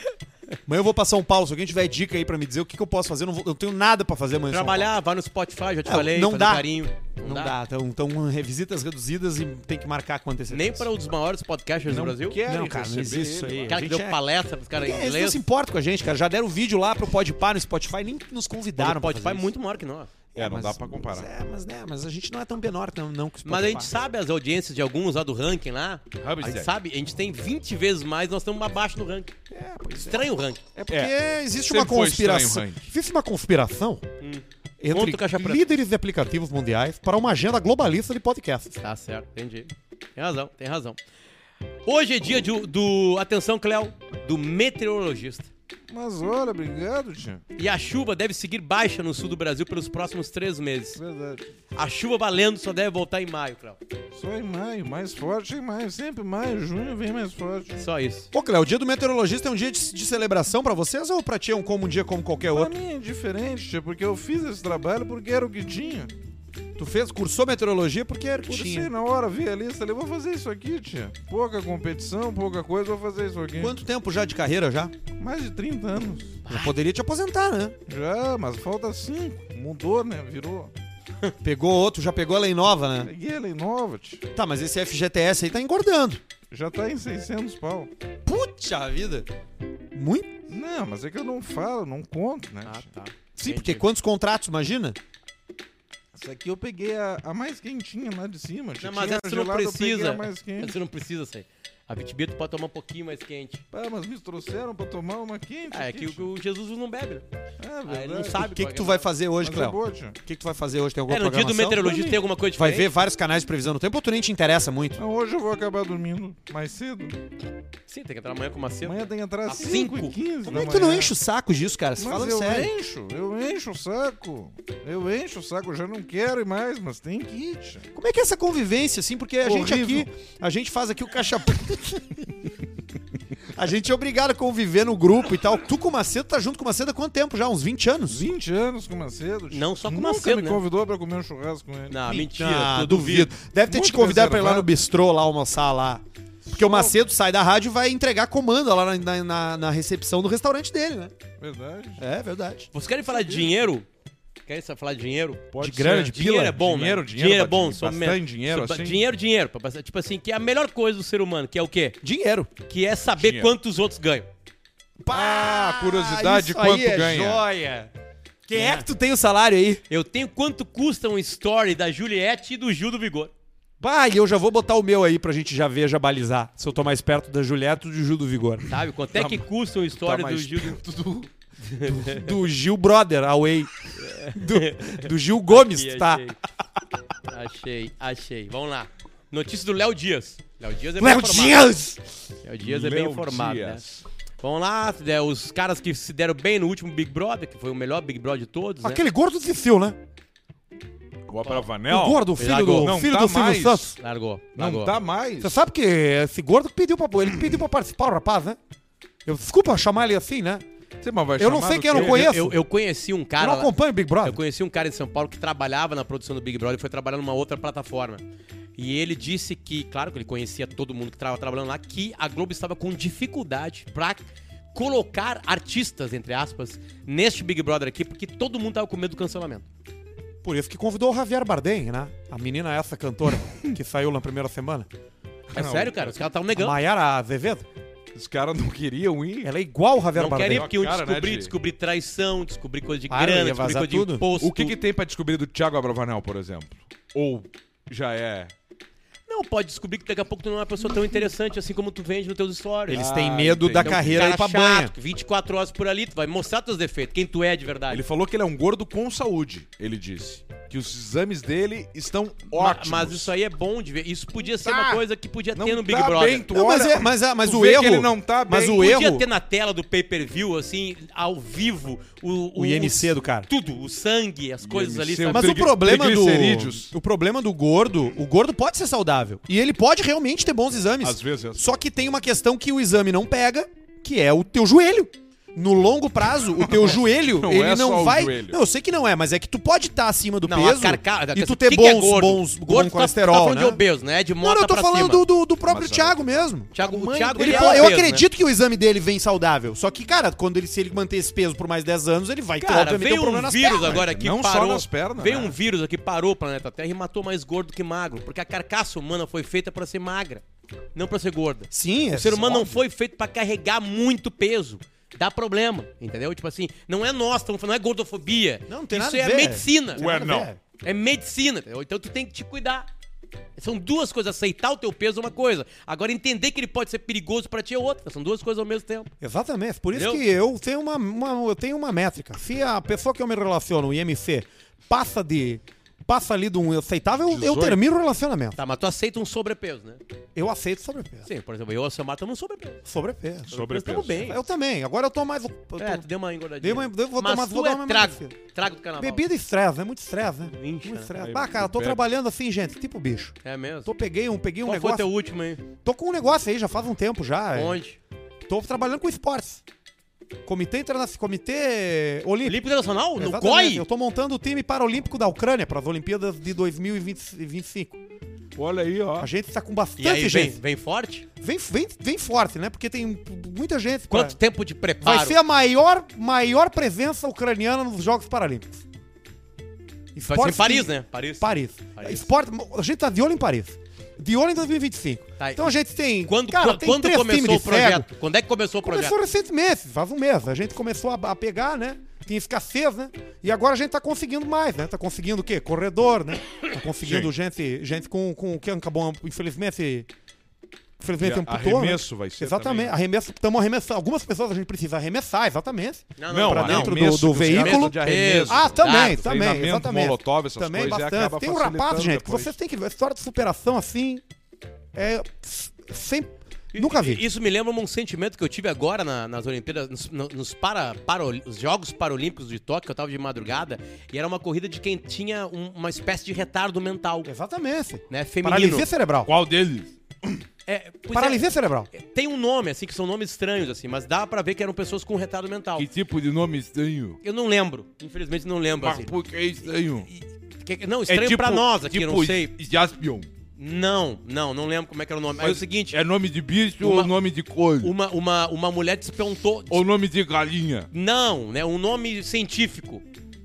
S1: Amanhã eu vou pra São Paulo. Se alguém tiver dica aí pra me dizer o que, que eu posso fazer, eu não, vou- eu não tenho nada pra fazer amanhã. em São
S3: Trabalhar, vai no Spotify, já te
S1: Não,
S3: falei,
S1: não
S3: fazer
S1: dá.
S3: carinho.
S1: Paulo. Não dá. Então, então revisitas reduzidas e tem que marcar com antecedência.
S3: Nem para um dos maiores podcasters do Brasil.
S2: querem
S1: Não, cara, não existe
S2: receber ele,
S1: isso aí.
S3: O cara
S1: A
S3: que
S1: gente
S3: deu
S1: é-
S3: palestra pros caras em
S1: É, eles não
S3: inglês.
S1: se importam com a gente, cara. Já deram vídeo lá pro Podpah no Spotify, nem nos convidaram.
S3: O
S1: pra
S3: Spotify é
S1: fazer isso.
S3: muito maior que nós.
S2: É, não
S1: mas-
S2: dá pra comparar.
S1: Mas, é, mas, né, mas a gente não é tão menor não, não que o
S3: Mas a gente
S1: Spotify.
S3: sabe as audiências de alguns lá do ranking lá.
S2: Hubstack.
S3: A gente sabe, a gente tem 20 vezes mais, nós estamos abaixo do ranking.
S1: É, pois é.
S3: Estranho o ranking.
S1: É porque
S2: É.
S1: existe
S2: Sempre
S1: uma
S2: foi estranho,
S1: conspiração.
S2: Hank.
S1: Existe uma conspiração
S3: Conta Hum. o
S1: entre
S3: Caixa Preta.
S1: líderes de aplicativos mundiais para uma agenda globalista de podcasts.
S3: Tá certo, entendi. Tem razão, tem razão. Hoje é dia de- do. Atenção, Cléo, do meteorologista.
S2: Mas olha, obrigado, tio.
S3: E a chuva deve seguir baixa no sul do Brasil pelos próximos três meses.
S2: Verdade.
S3: A chuva valendo só deve voltar em maio, Cléo.
S2: Só em maio, mais forte em maio, sempre maio, junho vem mais
S1: É
S2: forte.
S3: Só isso.
S1: Ô, Cléo, o dia do meteorologista é um dia de, de celebração pra vocês ou pra ti é um, como um dia como qualquer
S2: Pra
S1: outro?
S2: mim é diferente, tia, porque eu fiz esse trabalho porque era o que tinha.
S1: Tu fez, cursou meteorologia porque era o que
S2: Cursei
S1: tinha.
S2: na hora, vi a lista ali, vou fazer isso aqui, tia. Pouca competição, pouca coisa, vou fazer isso aqui.
S1: Quanto tempo já de carreira já?
S2: Mais de 30 anos.
S1: Eu poderia te aposentar, né?
S2: Já, mas falta 5. Mudou, né? Virou.
S1: Pegou outro, já pegou a lei nova, né?
S2: Peguei ela em nova, tia.
S1: Tá, mas esse FGTS aí tá engordando.
S2: Já tá em 600 pau.
S1: Puta vida! Muito.
S2: Não, mas é que eu não falo, não conto, né?
S1: Ah,
S2: tia?
S3: tá.
S1: Sim,
S3: Entendi.
S1: porque quantos contratos, imagina?
S2: Essa aqui eu peguei a, a mais quentinha lá de cima, tia.
S3: Não, mas
S2: Tinha
S3: essa tu não
S2: gelada, eu peguei
S3: precisa.
S2: a mais quente.
S3: Essa tu não precisa, assim. A Vitibito pode tomar um pouquinho mais quente.
S2: Pá, Ah, mas me trouxeram pra tomar uma quente.
S3: Ah, é que o, o Jesus não bebe, né?
S2: Ah,
S3: Ah, ele não
S2: verdade.
S3: sabe
S1: O que,
S3: qual
S1: que
S3: é
S1: tu vai fazer
S2: Mas
S1: hoje,
S2: é
S1: Cléo?
S2: boa, tia.
S1: O que, que tu vai fazer hoje? Tem alguma
S3: É, no dia do
S1: programação?
S3: meteorologista tem alguma coisa
S1: Vai
S3: diferente.
S1: ver vários canais de previsão no tempo ou tu nem te interessa muito?
S2: Não, hoje eu vou acabar dormindo mais cedo.
S3: Sim, tem que entrar amanhã com uma cedo.
S2: Amanhã tem que entrar
S3: Às
S2: às 5
S3: cinco?
S2: e 15
S1: Como é que tu não enche o saco disso, cara? Se
S2: Mas
S1: fala
S2: eu
S1: sério.
S2: encho, eu encho o saco. Eu encho o saco, eu já não quero ir mais, mas tem que ir, tia.
S1: Como é que é essa convivência, assim? Porque a gente
S2: Horrível.
S1: aqui, a gente faz aqui o caixa... a gente é obrigado a conviver no grupo e tal. Tu com o Macedo tá junto com o Macedo há quanto tempo já? Uns 20 anos?
S2: 20 anos com Macedo, tia.
S3: Não só com
S2: Nunca
S3: Macedo,
S2: me
S3: né?
S2: convidou pra comer um churrasco com ele.
S3: Não, mentira,
S1: Ah,
S3: tu
S1: duvido. Deve ter
S2: Muito
S1: te convidado pra ir lá no
S2: reservado.
S1: bistrô, lá almoçar lá. Porque o Macedo sai da rádio e vai entregar comando lá na, na- na- na recepção do restaurante dele, né?
S2: Verdade.
S1: É verdade.
S3: Vocês querem falar de dinheiro? Querem só falar de dinheiro?
S2: Pode
S1: de grana, de
S3: Dinheiro é bom,
S2: dinheiro,
S3: né?
S2: Dinheiro,
S3: é bom. sou
S2: Bastante
S3: me-
S2: dinheiro,
S3: sou-
S2: assim.
S3: Dinheiro, dinheiro. pra passar- Tipo assim, que é a melhor coisa do ser humano, que é o quê?
S1: Dinheiro.
S3: Que é saber
S2: Dinheiro.
S3: quantos outros ganham.
S2: Ah, curiosidade,
S1: isso aí
S2: quanto
S1: é
S2: ganha.
S1: Joia. Quem é. que tu tem o salário aí?
S3: Eu tenho quanto custa um story da Juliette e do Gil do Vigor.
S1: Bah, e eu já vou botar o meu aí pra gente já ver, já balizar. Se eu tô mais perto da Julieta ou do Gil do Vigor.
S3: Sabe? Quanto
S1: Tá
S3: é que custa um story do
S2: mais
S3: Gil do...
S1: Do Gil Brother, away. Do, do Gil Gomes,
S3: Ih,
S1: tá?
S3: Achei. achei, achei. Vamos lá. Notícia do Léo Dias. Léo Dias é bem
S1: Léo
S3: informado.
S1: Dias!
S3: Léo Dias é bem
S2: Léo
S3: informado,
S2: Dias.
S3: né? Vamos lá, né, os caras que se deram bem no último Big Brother, que foi o melhor Big Brother de todos, né?
S1: Aquele gordo desistiu, né?
S2: Vou pra Vanel.
S1: o gordo, o filho do,
S2: Não
S1: filho
S2: tá
S1: do Silvio
S2: mais.
S1: Santos.
S3: Largou,
S2: Não
S3: largou.
S2: tá mais.
S1: Você sabe que esse gordo que pediu pra, ele que pediu pra participar, o rapaz, né? Eu, desculpa chamar ele assim, né?
S2: Você, mas vai
S1: Eu não
S2: chamar
S1: sei
S2: do
S1: quem eu não
S2: quê?
S1: conheço.
S3: Eu, eu conheci um
S1: Eu
S3: cara...
S1: não
S3: lá-
S1: acompanho o Big Brother.
S3: Eu conheci um cara em São Paulo que trabalhava na produção do Big Brother e foi trabalhar numa outra plataforma. E ele disse que, claro que ele conhecia todo mundo que estava trabalhando lá, que a Globo estava com dificuldade pra colocar artistas, entre aspas, neste Big Brother aqui, porque todo mundo tava com medo do cancelamento.
S1: Por isso que convidou o Javier Bardem, né? A menina essa cantora que saiu na primeira semana.
S3: É
S2: Não,
S3: sério, cara? Os caras estavam
S1: A
S3: negando.
S1: Mayara Azevedo.
S2: Os caras não queriam ir.
S1: Ela é igual o Javier
S3: Não
S1: Bardem.
S3: querem porque iam
S2: Cara, né,
S3: descobrir,
S2: de-
S3: descobrir traição, descobrir coisa de
S1: Claro,
S3: grana,
S1: ia
S3: descobrir
S1: vazar
S3: coisa de
S1: tudo.
S3: imposto.
S2: O que, que tem pra descobrir do Thiago Abravanel, por exemplo? Ou já é.
S3: Não, pode descobrir que daqui a pouco tu não é uma pessoa tão interessante assim como tu vende nos teus stories.
S1: Eles
S2: Ah,
S1: têm medo
S2: entendi.
S1: da
S3: Então,
S1: carreira aí
S3: cara
S1: pra
S3: chato,
S1: banha.
S3: que 24 horas por ali, tu vai mostrar teus defeitos, quem tu é de verdade.
S2: Ele falou que ele é um gordo com saúde, ele disse. Que os exames dele estão
S3: Ma-
S2: ótimos.
S3: Mas isso aí é bom de ver. Isso podia ser
S2: Tá.
S3: uma coisa que podia
S2: Não
S3: ter no Big
S2: tá
S3: Brother.
S2: bem, tu
S1: Não, mas
S2: olha-
S1: é- mas é- mas
S2: tu
S1: o
S2: vê
S1: erro-
S2: que ele não tá bem.
S1: mas o
S3: podia
S1: erro-
S3: ter na tela do pay-per-view, assim, ao vivo, o,
S1: O INC do cara.
S3: Tudo, o sangue, as coisas ali.
S2: INC,
S3: sabe?
S1: Mas é o
S2: Trigli-
S1: problema do
S2: triglicerídeos.
S1: o problema do gordo, o gordo pode ser saudável e ele pode realmente ter bons exames.
S2: Às vezes. é assim.
S1: Só que tem uma questão que o exame não pega, que é o teu joelho. No longo prazo, o teu joelho,
S2: não
S1: ele
S2: é
S1: não
S2: só o
S1: vai.
S2: joelho.
S1: Não, eu sei que não é, mas é que tu pode estar acima do
S3: Não,
S1: peso
S3: a carca...
S1: e tu
S3: o
S1: ter
S3: que que
S1: bons,
S3: é gordo?
S1: bons, bom
S3: gordo tá-
S1: colesterol.
S3: Tá falando
S1: né?
S3: de obeso, né? De
S1: não,
S3: mota
S1: não, eu tô
S3: pra
S1: falando
S3: cima.
S1: do, do, do próprio
S2: Mas, é,
S1: Thiago mesmo.
S3: Thiago, o
S1: Mano,
S3: Thiago,
S1: ele
S3: ele é
S1: po- eu
S3: obeso, né?
S1: acredito que o exame dele vem saudável. Só que, cara, quando ele, se ele manter esse peso por mais 10 anos, ele vai ter,
S3: Cara,
S1: obviamente,
S3: veio
S1: um problema
S3: um
S1: nas
S3: vírus
S1: pernas.
S3: agora aqui
S2: Não só
S3: parou.
S2: nas pernas,
S3: veio
S2: né?
S3: um vírus aqui parou o planeta Terra e matou mais gordo que magro, porque a carcaça humana foi feita pra ser magra, não pra ser gorda.
S1: Sim, é
S3: O ser humano não foi feito pra carregar muito peso. Dá problema, entendeu? Tipo assim, não é nós, estamos falando, não é gordofobia.
S1: Não, não tem
S3: Isso
S1: nada a
S3: é
S1: ver.
S3: medicina.
S1: Tem nada a
S2: não.
S1: ver.
S3: É medicina, entendeu? Então tu tem que te cuidar. São duas coisas, aceitar o teu peso é uma coisa. Agora entender que ele pode ser perigoso pra ti é outra. São duas coisas ao mesmo tempo.
S1: Exatamente. Por isso
S3: Entendeu?
S1: que eu tenho uma, uma- eu tenho uma métrica. Se a pessoa que eu me relaciono, o IMC, passa de. passa ali de um aceitável, eu
S2: 18.
S1: termino o relacionamento.
S3: Tá, mas tu aceita um sobrepeso, né?
S1: Eu aceito sobrepeso.
S3: Sim, por exemplo, eu e o Samar estamos sobrepeso.
S1: Sobrepeso.
S3: Estamos bem.
S1: Eu também. Agora eu tô mais. eu tô-
S3: É, tu deu uma engordadinha.
S1: Dei uma- eu vou
S3: mas
S1: tomar-
S3: tu
S1: vou dar
S3: é
S1: uma
S3: trago.
S1: emagrecida.
S3: Trago do carnaval.
S1: Bebida e estresse, né? Muito estresse, né?
S3: Incha,
S1: Muito
S3: né?
S1: estresse.
S2: Aí,
S1: Ah, cara, tô
S2: bebe.
S1: trabalhando assim, gente, tipo bicho.
S3: É mesmo?
S1: Tô, peguei um, peguei um
S3: Qual foi
S1: negócio.
S3: teu último aí?
S1: Tô com um negócio aí, já faz um tempo já. é.
S3: Onde?
S1: Tô trabalhando com esportes. Comitê Internacional. Comitê Olímpico.
S3: Olímpico Nacional? No
S1: Exatamente.
S3: COI?
S1: Eu tô montando o time paralímpico da Ucrânia para as Olimpíadas de 2025.
S2: Olha aí, ó.
S1: A gente tá com
S3: E
S1: bastante
S3: aí, vem,
S1: gente.
S3: vem forte?
S1: Vem, vem, vem forte, né? Porque tem muita gente. pra-
S3: Quanto tempo de preparo?
S1: É. Vai ser a maior, maior presença ucraniana nos Jogos Paralímpicos.
S3: Vai ser em
S1: Esportes
S3: Paris,
S1: que-
S3: né? Paris.
S1: Paris.
S3: Paris.
S1: Esporte, a gente tá de olho em Paris. De olho em 2025.
S3: Tá,
S1: Então a gente tem.
S3: Quando,
S1: cara,
S3: quan-
S1: tem
S3: quando
S1: três
S3: começou
S1: times
S3: o
S1: de cego.
S3: projeto? Quando é que começou o projeto?
S1: Começou recentemente, faz um mês. A gente começou a, a pegar, né? Tinha escassez, né? E agora a gente tá conseguindo mais, né? Tá conseguindo o quê? Corredor, né? Tá conseguindo gente, gente com, com o que acabou, infelizmente. Infelizmente
S2: E a-
S1: amputou.
S2: arremesso vai ser
S1: Exatamente.
S2: também.
S1: Arremesso, estamos arremessando. Algumas pessoas a gente precisa arremessar, exatamente.
S3: Não,
S2: Não,
S1: pra
S2: não,
S1: dentro do-
S2: arremesso,
S1: do
S2: que os caras
S1: veículo.
S2: de arremesso.
S1: Ah, também,
S3: dados,
S1: também,
S2: treinamento,
S1: exatamente.
S2: molotov, essas
S1: também
S2: coisas, e acaba
S1: bastante. Tem um rapaz,
S2: facilitando
S1: gente, que
S2: depois.
S1: vocês têm que ver. A história de superação, assim, é... Sem... Nunca vi.
S3: Isso me lembra um sentimento que eu tive agora na- nas Olimpíadas, nos, no- nos para, para, os Jogos Paralímpicos de Tóquio, que eu tava de madrugada, e era uma corrida de quem tinha um- uma espécie de retardo mental,
S1: Exatamente.
S3: né? Feminino.
S1: Paralisia cerebral.
S2: Qual deles?
S3: É, pois é,
S1: Paralisia cerebral.
S3: tem um nome, assim, que são nomes estranhos, assim, mas dá pra ver que eram pessoas com retardo mental.
S2: Que tipo de nome estranho?
S3: Eu não lembro, infelizmente não lembro,
S2: Mas
S3: assim.
S2: por que estranho?
S3: Que-
S1: É
S3: Não, estranho
S1: tipo-
S3: pra nós aqui, eu não sei.
S2: tipo Jaspion.
S3: Não, não, não lembro como é que era o nome. Mas, é o seguinte,
S2: É nome de bicho
S3: Uma-
S2: ou nome de coisa?
S3: uma, uma, uma mulher despontou...
S2: um Ou nome de galinha?
S3: Não, né? Um nome científico.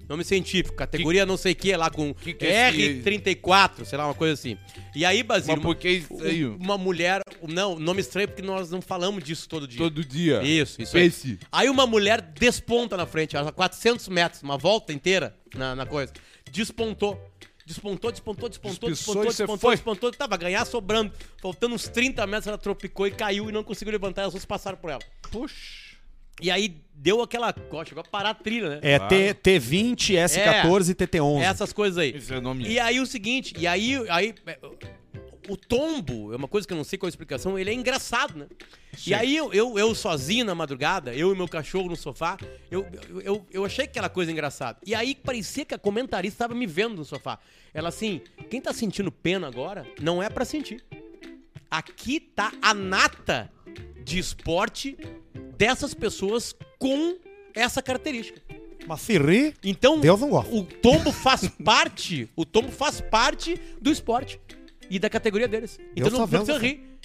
S3: Nome científico, categoria não sei o que lá com
S2: que que é esse-
S3: R34, sei lá, uma coisa assim. E aí, Basílio,
S2: Mas por
S3: uma,
S2: que estranho?
S3: uma mulher. Não, nome estranho porque nós não falamos disso todo dia.
S2: Todo dia.
S3: Isso, isso aí.
S2: Peixe.
S3: Aí uma mulher desponta na frente, ela 400 metros, uma volta inteira na, na coisa. Despontou. Despontou, despontou, despontou,
S2: Despiçou
S3: despontou,
S2: e cê
S3: despontou,
S2: foi.
S3: despontou. Tava ganhar sobrando. Faltando uns 30 metros, ela tropicou e caiu e não conseguiu levantar, as outras passaram por ela.
S2: Puxa.
S3: E aí deu aquela. ó, Chegou a parar a trilha, né?
S1: É T, T20,
S3: É.
S1: S14 e TT11.
S3: Essas coisas aí.
S2: Esse é o nome.
S3: E aí o seguinte, e aí, aí é, o tombo, é uma coisa que eu não sei qual é a explicação, ele é engraçado, né? E aí eu, eu, eu sozinho na madrugada, eu e meu cachorro no sofá, eu, eu- eu, eu achei aquela coisa engraçada. E aí parecia que a comentarista estava me vendo no sofá. Ela assim, quem tá sentindo pena agora não é pra sentir. Aqui tá a nata de esporte dessas pessoas com essa característica.
S1: Mas Ferri,
S3: Então,
S1: Deus não gosta.
S3: o tombo faz parte, o tombo faz parte do esporte e da categoria deles. Então
S1: Eu
S3: não,
S1: só
S3: não
S1: tá vendo
S3: precisa
S1: essa.
S3: rir.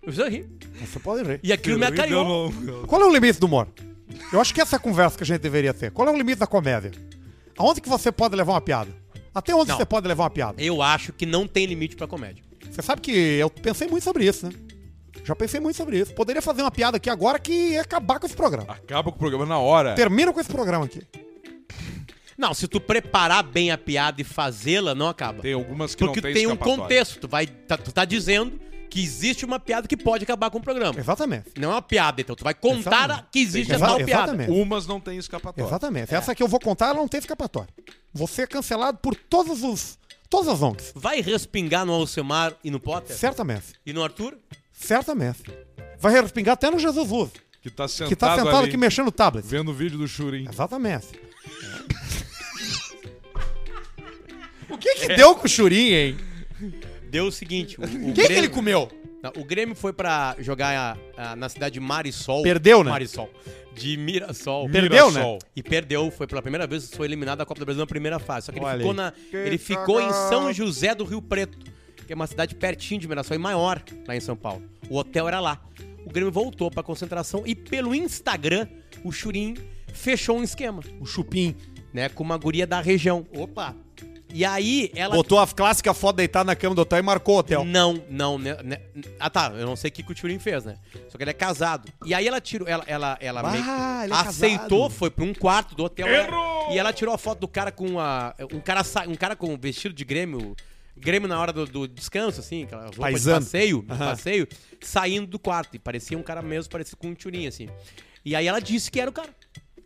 S3: Não precisa rir.
S1: você pode rir.
S3: E aquilo me acalhou.
S1: Qual é o limite do humor? Eu acho que essa é a conversa que a gente deveria ter. Qual é o limite da comédia? Aonde que você pode levar uma piada? Até onde
S3: Não.
S1: você pode levar uma piada?
S3: Eu acho que não tem limite pra comédia.
S1: Você sabe que eu pensei muito sobre isso, né? Já pensei muito sobre isso. Poderia fazer uma piada aqui agora que ia acabar com esse programa.
S2: Acaba com o programa na hora.
S1: Termina com esse programa aqui.
S3: Não, se tu preparar bem a piada e fazê-la, não acaba.
S2: Tem algumas que
S3: Porque
S2: não
S3: tu
S2: tem
S3: tem um
S2: escapatória.
S3: contexto. Tu, vai, tá, tu tá dizendo que existe uma piada que pode acabar com o programa.
S1: Exatamente.
S3: Não é uma piada, então. Tu vai contar a- que existe a
S1: Exa-
S3: tal piada.
S1: exatamente.
S2: Umas não tem escapatória.
S1: Exatamente.
S3: é.
S1: Essa que eu vou contar, ela não tem escapatória. Você é cancelado por todos os. Todas as ONGs.
S3: Vai respingar no Alcemar e no Potter?
S1: Certamente.
S3: E no Arthur?
S1: Certamente. Vai respingar até no Jesus Luz,
S2: Que tá sentado,
S1: que tá sentado
S2: ali,
S1: aqui mexendo no tablet.
S2: vendo o vídeo do Churin.
S1: Exatamente. O que que deu com o Churinho, hein?
S3: Deu o seguinte: o, o
S1: É. O que que
S3: Grêmio-
S1: ele comeu?
S3: Não, o Grêmio foi pra jogar ah, ah, na cidade de Marisol.
S1: Perdeu, né?
S3: Marisol. De Mirassol.
S1: Perdeu, né?
S2: Mirassol.
S3: E perdeu, foi pela primeira vez, foi eliminado da Copa do Brasil na primeira fase. Só que ele
S1: Olha
S3: ficou,
S1: aí.
S3: na, ele ficou em São José do Rio Preto, que é uma cidade pertinho de Mirassol e maior lá em São Paulo. O hotel era lá. O Grêmio voltou pra concentração e pelo Instagram, o Churim fechou um esquema,
S1: O Chupim.
S3: né? Com uma guria da região.
S1: Opa.
S3: E aí ela.
S1: Botou a clássica foto deitada na cama do hotel e marcou o hotel.
S3: Não, não, né, né- Ah tá, eu não sei o que, que o Turing fez, né? Só que ele é casado. E aí ela tirou. Ela, ela, ela
S1: Ah,
S3: meio que
S1: ele é
S3: aceitou,
S1: casado.
S3: foi pra um quarto do hotel. ela- E ela tirou a foto do cara com a. Um cara, sa- um cara com vestido de Grêmio. Grêmio na hora do, do descanso, assim, aquela roupa
S1: Paisano.
S3: de passeio, de passeio, saindo do quarto. E parecia um cara mesmo, parecia com um Turing, assim. E aí ela disse que era o cara.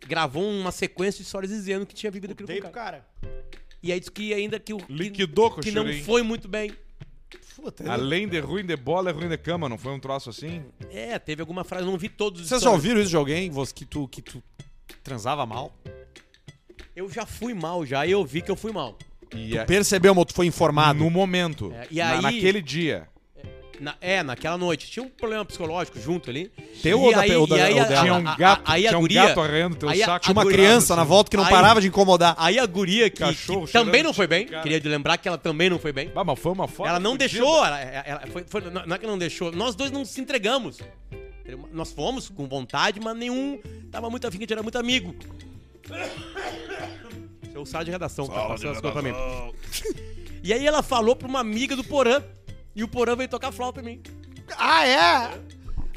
S3: Gravou uma sequência de histórias dizendo que tinha vivido aquilo com o cara.
S1: cara.
S3: E aí disse que ainda que o. que-
S2: Liquidou com o
S3: Que não
S2: Churin.
S3: foi muito bem.
S2: Além de ruim de bola, é ruim de cama, não foi um troço assim?
S3: É, teve alguma frase, eu não vi todos os
S1: Vocês já
S3: stories.
S1: ouviram isso de alguém vos- que tu, que tu transava mal?
S3: Eu já fui mal já, e eu vi que eu fui mal.
S2: E é-
S1: Percebeu, mas tu foi informado.
S2: no momento.
S3: É, e
S2: na-
S3: aí-
S2: naquele dia.
S3: Na- é, naquela noite. Tinha um problema psicológico junto ali.
S1: Teu
S3: E
S1: ou da-
S3: aí-
S1: ou da-
S3: e aí
S1: ou
S3: a-
S1: dela?
S2: Tinha um gato,
S3: a- a- aí a
S2: tinha um
S3: guria-
S2: gato arranhando teu
S3: aí a-
S2: saco.
S3: a
S1: Tinha uma
S2: curado,
S1: criança
S2: assim.
S1: na volta que não
S3: Aí-
S1: parava de incomodar.
S3: Aí a guria, que,
S2: Cachorro
S3: que também
S2: cheirando
S3: não foi bem,
S2: de cara.
S3: queria te lembrar que ela também não foi bem.
S2: Bah, mas foi uma foto.
S3: Ela não
S2: fodida.
S3: deixou, ela, ela- foi- foi- não não é que não deixou, nós dois não se entregamos. Nós fomos com vontade, mas nenhum tava muito afim, que a gente era muito amigo. Seu sala de redação, tá passando as coisas pra mim. E aí ela falou pra uma amiga do Porã, e o Porã veio tocar flauta em mim.
S1: Ah, é?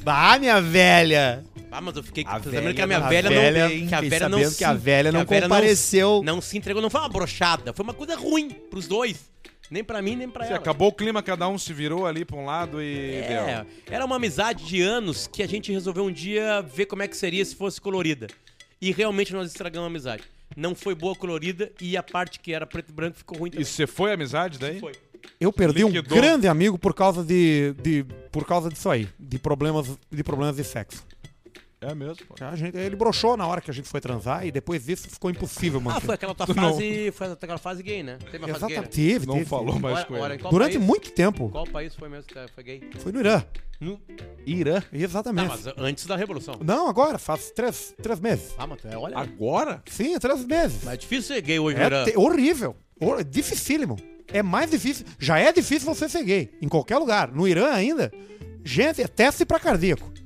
S1: Ah, minha velha.
S3: Ah, mas eu fiquei
S1: A
S3: sabendo que
S1: velha
S3: a minha
S1: não-
S3: velha,
S1: a velha-
S3: não. Que a
S1: fiquei
S3: velha não
S1: sabendo
S3: se,
S1: que a velha não
S3: se-
S1: compareceu.
S3: Não, se entregou, não foi uma brochada, foi uma coisa ruim pros dois. Nem pra mim, nem pra
S2: Assim,
S3: ela.
S2: acabou o clima, cada um se virou ali pra um lado e.
S3: É,
S2: deu.
S3: era uma amizade de anos que a gente resolveu um dia ver como é que seria se fosse colorida. E realmente nós estragamos a amizade. Não foi boa colorida e a parte que era preto e branco ficou ruim
S2: E
S3: também.
S2: você foi amizade daí?
S3: Foi.
S1: Eu perdi
S2: Liquidou.
S1: um grande amigo por causa de, de por causa disso aí, de problemas de problemas de sexo.
S2: É mesmo. pô.
S1: A gente- ele broxou na hora que a gente foi transar e depois disso ficou impossível manter.
S3: Ah, foi aquela tua
S2: Tu não-
S3: fase. Foi aquela fase gay, né? Teve uma fase gay.
S1: Exatamente.
S3: Né?
S1: Teve,
S2: Não
S1: teve.
S2: falou mais
S3: Ora-
S2: com ele.
S3: ora, em qual
S1: Durante
S3: país-
S1: muito tempo.
S3: Qual país foi mesmo que foi gay?
S1: Foi no Irã.
S3: No-
S2: Irã.
S3: Tá,
S1: Exatamente.
S3: mas é- antes da Revolução.
S1: Não, agora, faz três, três meses.
S3: Ah, mas tu é- olha.
S2: Agora?
S1: Sim, três meses.
S3: Mas é difícil ser gay hoje,
S1: É
S3: Irã.
S1: te- horrível. Hor- dificílimo. É mais difícil. Já é difícil você ser gay. Em qualquer lugar. No Irã ainda. Gente, é teste pra cardíaco.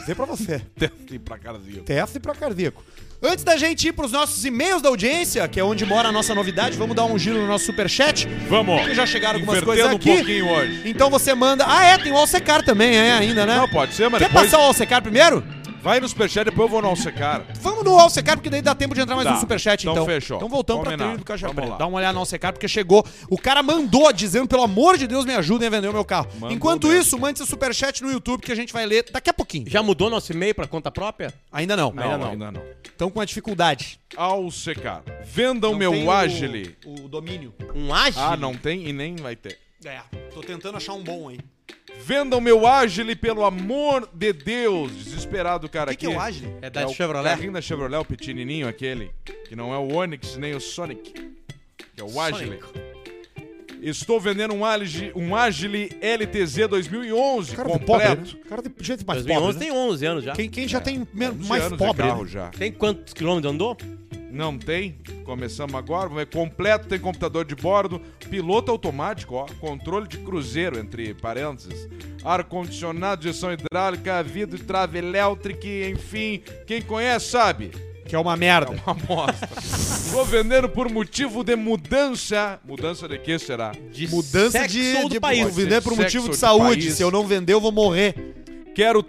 S1: Dizer pra você.
S2: Teste pra cardíaco.
S1: teste pra cardíaco. Antes da gente ir pros nossos e-mails da audiência, que é onde mora a nossa novidade, vamos dar um giro no nosso superchat.
S2: Vamos.
S1: Porque já chegaram algumas
S2: Invertendo
S1: coisas
S2: um
S1: aqui.
S2: pouquinho hoje.
S1: Então você manda. Ah, é, tem o Alcecar também, é, ainda, né?
S2: Não, pode ser, mas
S1: Quer
S2: depois.
S1: passar o Alcecar primeiro?
S2: Vai no superchat, depois eu vou no Alcecar.
S1: Vamos no Alcecar, porque daí dá tempo de entrar mais
S2: Tá.
S1: um superchat, então.
S2: Então fechou.
S1: Então voltamos pra
S2: Combinado.
S1: trilha do Caixa
S2: Vamos
S1: Preta.
S2: lá.
S1: Dá uma olhada no Alcecar, porque chegou. O cara mandou, dizendo, pelo amor de Deus, me ajudem a vender o meu carro.
S2: Mandou
S1: Enquanto
S2: mesmo.
S1: isso, mande seu superchat no YouTube, que a gente vai ler daqui a pouquinho.
S3: Já mudou nosso e-mail pra conta própria?
S1: Ainda não.
S2: Não, ainda não.
S1: Estão com uma dificuldade.
S2: Alcecar. Vendam
S1: Não
S2: meu
S1: tem o-
S2: Agile.
S1: O domínio.
S3: Um ágil?
S2: Ah, não tem e nem vai ter.
S1: É, tô tentando achar um bom aí.
S2: Vendam meu Agile, pelo amor de Deus. Desesperado, cara.
S1: O que, que é
S2: aqui.
S1: o Agile?
S3: É da
S2: o
S3: Chevrolet?
S2: carrinho da Chevrolet, o pequenininho aquele. Que não é o Onix nem o Sonic. Que é o Agile.
S1: né?
S2: Estou vendendo um Agile, um Agile LTZ 2011
S1: Cara de pobre,
S2: completo.
S1: né? Cara de gente mais
S3: 2011
S1: pobre, né?
S3: tem 11 anos já.
S1: Quem, quem já tem men-
S2: 11
S1: mais
S2: anos de
S1: pobre,
S2: carro
S1: né?
S2: já.
S3: Tem quantos quilômetros andou?
S2: Não tem. Começamos agora, vamos ver. Completo, tem computador de bordo, piloto automático, ó, controle de cruzeiro, entre parênteses, ar-condicionado, direção hidráulica, vidro, trave elétrica, enfim, quem conhece sabe.
S1: que é uma merda.
S2: Uma amostra. Tô vendendo por motivo de mudança. Mudança de que será?
S3: De
S1: Mudança
S3: sexo
S1: de,
S3: ou do
S1: de
S3: país?
S1: vou vender por um
S2: Sexo
S1: motivo
S2: ou
S1: de
S2: de
S1: saúde.
S2: país.
S1: Se eu não vender, eu vou morrer.
S2: Quero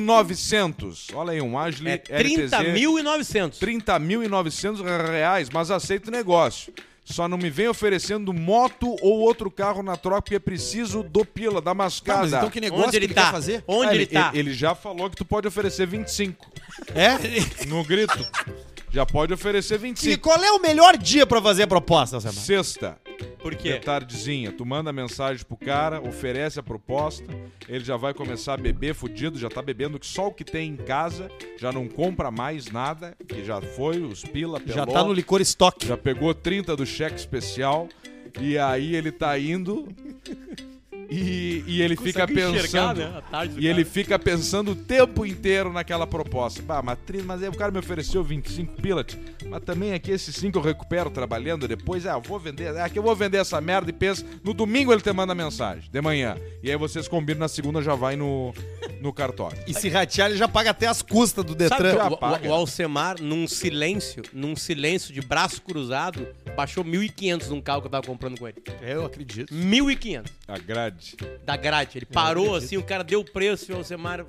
S2: 30,900. Olha aí, um Ashley
S3: É 30.900.
S2: 30.900 reais, mas aceito o negócio. Só não me vem oferecendo moto ou outro carro na troca, porque preciso do pila, da mascada.
S1: mas então que negócio
S3: Onde
S1: que
S3: ele
S1: quer
S3: tá?
S1: fazer?
S2: Ah,
S3: Onde ele tá?
S2: Ele já falou que tu pode oferecer 25
S1: É?
S2: no grito. já pode oferecer
S1: E
S2: 25.
S1: qual é o melhor dia pra fazer a proposta, Samar?
S2: Sexta,
S3: Por
S2: de
S3: quê?
S1: tá
S2: tardezinha, tu manda mensagem pro cara, oferece a proposta, ele já vai começar a beber fudido, já tá bebendo só o que tem em casa, já não compra mais nada, que já foi, os pila,
S1: Já
S2: pelou.
S1: tá no licor estoque.
S2: Já pegou 30 do cheque especial e aí ele tá indo e, e ele fica pensando.
S3: né? A tarde do
S2: E ele
S3: cara.
S2: fica pensando o tempo inteiro naquela proposta. Bah, mas, tri- mas aí o cara me ofereceu 25 pilat, mas também aqui esses 5 eu recupero trabalhando depois. Ah, eu vou vender, ah, que eu vou vender essa merda e pensa. No domingo ele te manda mensagem, de manhã. E aí vocês combinam, na segunda já vai no, no cartório.
S1: E se ratear, ele já paga até as custas do
S3: Sabe que
S1: Detran.
S2: Já
S3: o- o,
S2: paga.
S3: o Alcemar, num silêncio, num silêncio de braço cruzado, baixou 1.500 num carro que eu tava comprando com ele.
S1: Eu acredito.
S3: 1.500
S2: A grade.
S3: da grade. Ele parou assim, o cara deu o preço e o Alcemar.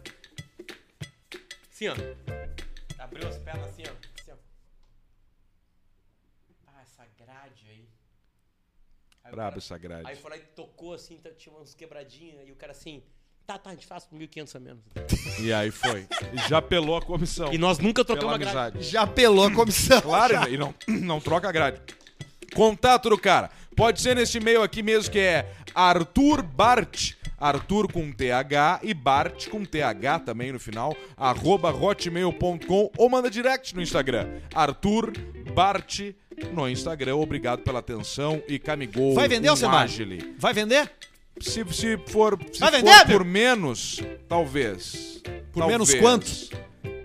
S3: Assim, ó. Abriu as pernas assim, ó. Assim, ó. Ah, essa grade aí. Aí o
S2: Braba
S3: cara-
S2: essa grade.
S3: Aí foi lá e tocou assim, tá- tinha uns quebradinhos, e o cara assim, tá, tá, a gente faz por 1.500 a menos.
S2: E aí foi. E já pelou a comissão.
S3: E nós nunca
S2: pela
S3: trocamos a grade.
S2: amizade.
S1: Já apelou a comissão.
S2: Claro, e não, não troca a grade. Contato do cara. Pode ser nesse e-mail aqui mesmo que é Arthur Bart. Arthur com TH e Bart com TH também no final, arroba hotmail.com ou manda direct no Instagram. Arthur Bart no Instagram. Obrigado pela atenção e camigol.
S1: Vai vender,
S2: um
S1: Alcemar?
S2: Agile.
S1: Vai vender?
S2: Se, se for, se
S1: Vai
S2: for
S1: vender, meu?
S2: por menos, talvez.
S1: Por
S2: Talvez.
S1: menos quantos?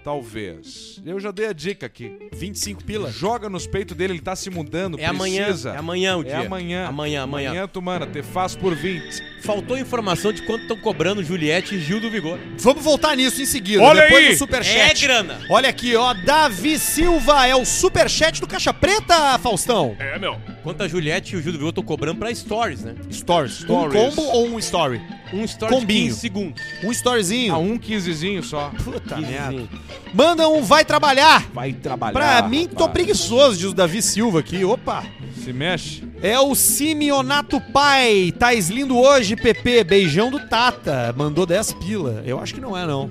S2: Talvez. Eu já dei a dica aqui.
S1: 25 pila.
S2: Joga nos peitos dele, ele tá se mudando,
S3: É amanhã,
S2: precisa.
S3: é amanhã o
S2: É
S3: dia.
S2: amanhã.
S3: Amanhã, amanhã.
S2: Amanhã tu, mano, te faz por 20.
S3: Faltou informação de quanto estão cobrando Juliette e Gil do Vigor.
S1: Vamos voltar nisso em seguida.
S2: Olha
S1: depois
S2: aí!
S1: do superchat.
S3: É grana.
S1: Olha aqui, ó. Davi Silva é o superchat do Caixa Preta, Faustão.
S2: É, meu.
S3: Quanto a Juliette e o Gil do Vigor estão cobrando pra stories, né?
S1: Stories. Um combo ou um story?
S3: Um story
S1: Combinho.
S3: de 15 segundos.
S1: Um storyzinho.
S2: A um quinzezinho só.
S1: Puta merda.
S3: Quinzezinho.
S1: Manda um vai trabalhar.
S2: Tá Vai trabalhar.
S1: Pra mim que tô
S2: rapaz.
S1: preguiçoso, diz o Davi Silva aqui. Opa.
S2: Se mexe.
S1: É o Simeonato Pai. Tais lindo hoje, PP. Beijão do Tata. Mandou 10 pila. Eu acho que não é, não.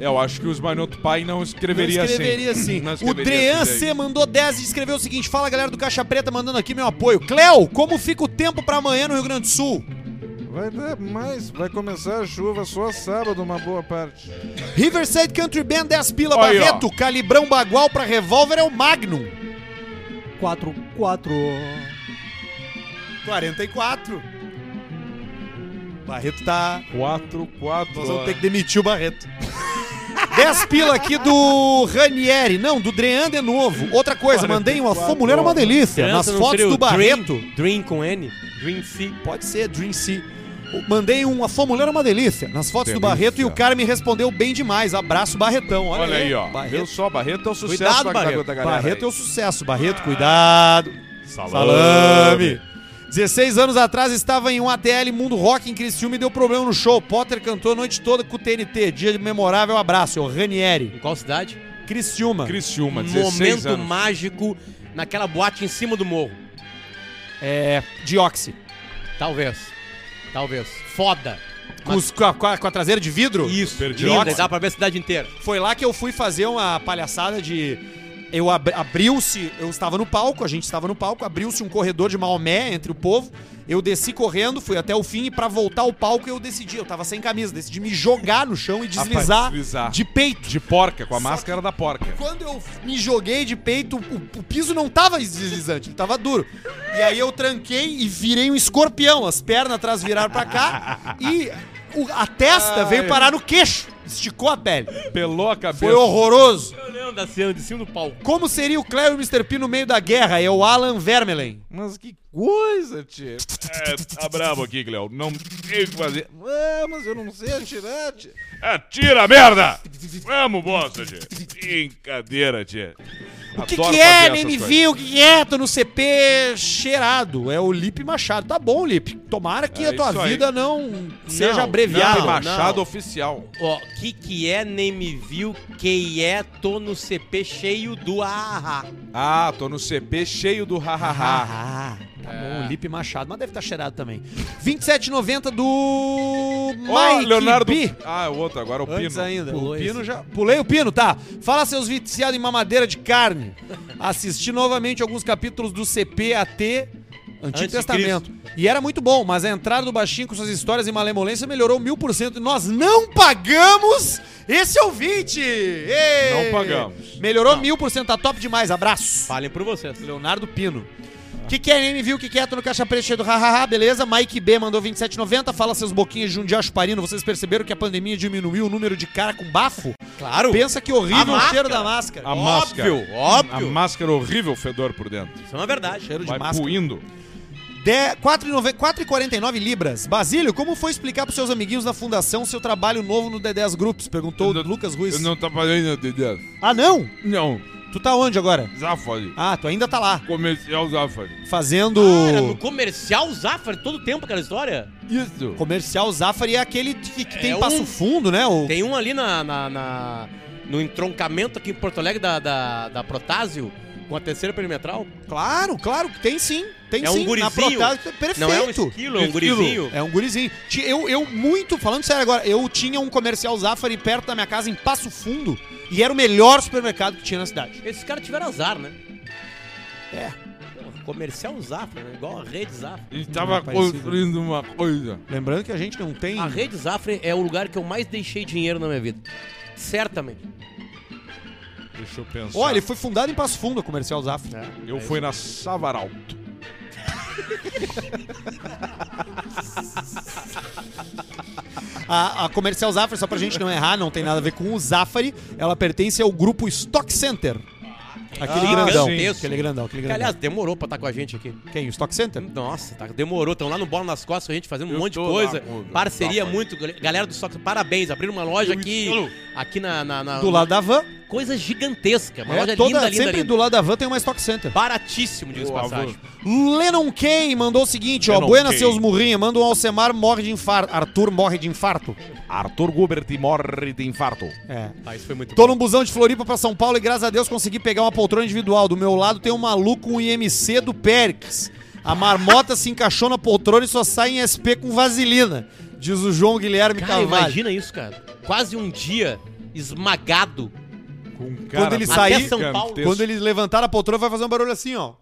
S2: Eu acho que os Manioto Pai não escreveria,
S1: não escreveria assim.
S2: Não
S1: o
S2: escreveria
S1: Drean
S2: assim
S1: C
S2: daí.
S1: mandou 10 e escreveu o seguinte: Fala galera do Caixa Preta mandando aqui meu apoio. Cléo, como fica o tempo pra amanhã no Rio Grande do Sul?
S2: Vai dar mais. Vai começar a chuva só sábado, uma boa parte.
S1: Riverside Country Band 10 pila
S2: Aí, ó.
S1: Barreto. Calibrão Bagual pra revólver é o Magnum.
S4: 4, 4.
S1: 44. Barreto tá.
S2: 4, 4.
S1: Nós vamos ter que demitir o Barreto. 10 pila aqui do Ranieri. Não, do Drean de novo. Outra coisa, mandei uma. Sua mulher é uma delícia. Nas
S3: Criança não
S1: fotos
S3: seria
S1: do
S3: o
S1: Barreto.
S3: Dream, Dream com N? Dream C.
S1: Pode ser, Dream C. O- Mandei um. A sua mulher é uma delícia. Nas fotos do
S2: Delícia.
S1: Barreto e o cara me respondeu bem demais. Abraço, Barretão. Olha,
S2: Olha aí, ó. Viu
S1: Barreto,
S2: só, Barreto é o sucesso
S1: cuidado,
S2: da,
S1: Barreto.
S2: da galera.
S1: Barreto é
S2: aí.
S1: o sucesso. Barreto, cuidado. Salame. 16 anos atrás estava em um ATL Mundo Rock em Criciúma e deu problema no show. Potter cantou a noite toda com o TNT. Dia de memorável abraço. É o Ranieri.
S3: Em qual cidade? Um
S1: Criciúma.
S2: Criciúma, 16
S3: Momento
S2: anos.
S3: mágico naquela boate em cima do morro.
S1: É, Dioxi.
S3: Talvez. Talvez. Foda.
S1: Com, os- com a, com a- com a traseira de vidro?
S3: Isso.
S2: Perdi
S3: Linda,
S2: óculos.
S3: dá pra ver a cidade inteira.
S1: Foi lá que eu fui fazer uma palhaçada de eu ab- abriu-se, eu estava no palco, a gente estava no palco, abriu-se um corredor de Maomé entre o povo. Eu desci correndo, fui até o fim e pra voltar ao palco eu decidi, eu tava sem camisa, decidi me jogar no chão e deslizar,
S2: deslizar.
S1: de peito.
S2: De porca, com a
S1: Só
S2: máscara da porca.
S1: Quando eu me joguei de peito, o, o piso não tava deslizante, ele tava duro. E aí eu tranquei e virei um escorpião, as pernas atrás viraram pra cá e o- a testa
S2: Ai.
S1: veio parar no queixo, esticou a pele.
S2: Pelou a cabeça.
S1: Foi horroroso.
S3: Eu lembro da cena de cima do palco.
S1: Como seria o Cleo e o Mr. P no meio da guerra? É o Alan Vermelen.
S2: Mas que coisa, tio. É, tá bravo aqui, Cleo. Não tem o que fazer. Vamos, eu não sei atirar, tio. Atira, merda! Vamos, bosta, tio. Brincadeira, tio.
S1: O que, que é, nem me viu? O que que é? Tô no CP cheirado. É o Lipe Machado. Tá bom, Lipe. Tomara que
S2: É
S1: a tua
S2: isso aí.
S1: vida não seja
S3: Não,
S1: abreviada.
S3: não,
S2: Machado oficial.
S3: Ó, que que é, nem me viu, que é, tô no CP cheio do ahá.
S2: Ah, tô no CP cheio do hahaha.
S1: Ah, tá bom, Lipe Machado, mas deve estar cheirado também. 27,90 do
S2: Ó,
S1: Mike
S2: Leonardo.
S1: B.
S2: Ah, o outro, agora o Pino.
S1: Antes ainda.
S3: Pulou
S1: o Pino
S3: esse.
S1: já. Pulei o Pino, tá. Fala seus viciados em mamadeira de carne. Assisti novamente alguns capítulos do CPAT Antigo
S3: Antes de
S1: Testamento. E era muito bom, mas a entrada do baixinho com suas histórias e malemolência melhorou mil por cento. E nós não pagamos esse ouvinte! Ei!
S2: Não pagamos.
S1: Melhorou mil por cento, tá top demais. Abraço.
S3: Falem por vocês.
S1: Leonardo Pino. O que, que é, nem me viu? O que, que é? Tô no caixa preto cheio do hahaha, beleza? Mike B mandou 27,90. Fala seus boquinhas de um dia chuparino. Vocês perceberam que a pandemia diminuiu o número de cara com bafo?
S3: Claro.
S1: Pensa que horrível
S3: A
S1: o cheiro
S3: máscara.
S1: da máscara.
S2: A
S1: Ó,
S2: máscara.
S3: Óbvio, óbvio.
S2: A máscara horrível fedor por dentro.
S3: Isso é uma verdade.
S1: Cheiro de
S2: Vai
S1: máscara.
S2: puindo.
S1: De- 4,9 4,49 libras. Basílio, como foi explicar pros seus amiguinhos na fundação seu trabalho novo no D10 Grupos? Perguntou
S2: Eu
S1: o
S2: não-
S1: Lucas Ruiz.
S2: Eu não tá fazendo entender.
S1: Ah, não?
S2: Não,
S1: Tu tá onde agora?
S2: Zafari.
S1: Ah, tu ainda tá lá.
S2: Comercial Zafari.
S1: Fazendo...
S3: Cara, no comercial Zafari, todo tempo aquela história.
S2: Isso.
S1: Comercial Zafari é aquele que, que tem
S3: É um-
S1: passo fundo, né? O...
S3: Tem um ali na, na- na- no entroncamento aqui em Porto Alegre da, da, da Protásio, com a terceira perimetral.
S1: Claro, claro, que tem sim. Tem
S3: É um
S1: sim. Na
S3: gurizinho.
S1: Protásio, perfeito.
S3: Não é um esquilo, é um
S2: Esquilo.
S3: gurizinho.
S1: É um gurizinho. Ti- Eu, eu muito, falando sério agora, eu tinha um comercial Zafari perto da minha casa, em Passo Fundo, e era o melhor supermercado que tinha na cidade.
S3: Esses caras tiveram azar, né?
S1: É.
S3: Pô, comercial Zafra, né? igual a Rede Zafra.
S2: Ele tava
S1: parecido.
S2: construindo uma coisa.
S1: Lembrando que a gente não tem.
S3: A Rede Zafra é o lugar que eu mais deixei dinheiro na minha vida. Certamente.
S2: Deixa eu pensar.
S1: Olha, ele foi fundado em Passo Fundo, o comercial Zafari.
S3: É.
S2: eu fui na Savaralto.
S1: A, a comercial Zafari, só pra gente não errar, não tem nada a ver com o Zafari, ela pertence ao grupo Stock Center. Aquele
S2: Ah,
S1: grandão.
S2: sim.
S1: Aquele grandão, aquele
S3: Que,
S1: grandão.
S3: aliás, demorou pra estar com a gente aqui.
S1: Quem? O Stock Center?
S3: Nossa, tá, demorou. Estão lá no Bola nas Costas, a gente fazendo um
S2: Eu
S3: monte de
S2: tô lá,
S3: coisa.
S2: pô,
S3: Parceria
S2: Zafra.
S3: muito. gal- Galera do Sox, parabéns. Abriram uma loja aqui. Aqui na. na- na-
S1: Do lado da van.
S3: Coisa gigantesca. Uma
S1: É,
S3: loja
S1: toda-
S3: linda, linda,
S1: sempre
S3: linda.
S1: do lado da van tem uma Stock Center.
S3: Baratíssimo, diga-se de
S2: Boa,
S3: passagem.
S1: Lennon Kane mandou o seguinte, ó.
S2: Lennon
S1: Buena
S2: Kane.
S1: seus murrinha, manda um Alcemar morre de infarto. Arthur morre de infarto.
S2: Arthur Gubert morre de infarto.
S1: É.
S3: Ah, isso foi muito
S1: Tô
S3: bom.
S1: num busão de Floripa pra São Paulo e graças a Deus consegui pegar uma poltrona individual. Do meu lado tem um maluco com um IMC do Pericles. A marmota se encaixou na poltrona e só sai em SP com vaselina. Diz o João Guilherme
S3: Cara,
S1: Carvalho.
S3: imagina isso, cara. Quase um dia esmagado.
S2: Com um
S1: Quando ele
S2: até
S1: sair-
S3: São Paulo.
S2: gigantesco.
S1: Quando eles levantaram a poltrona vai fazer um barulho assim, ó.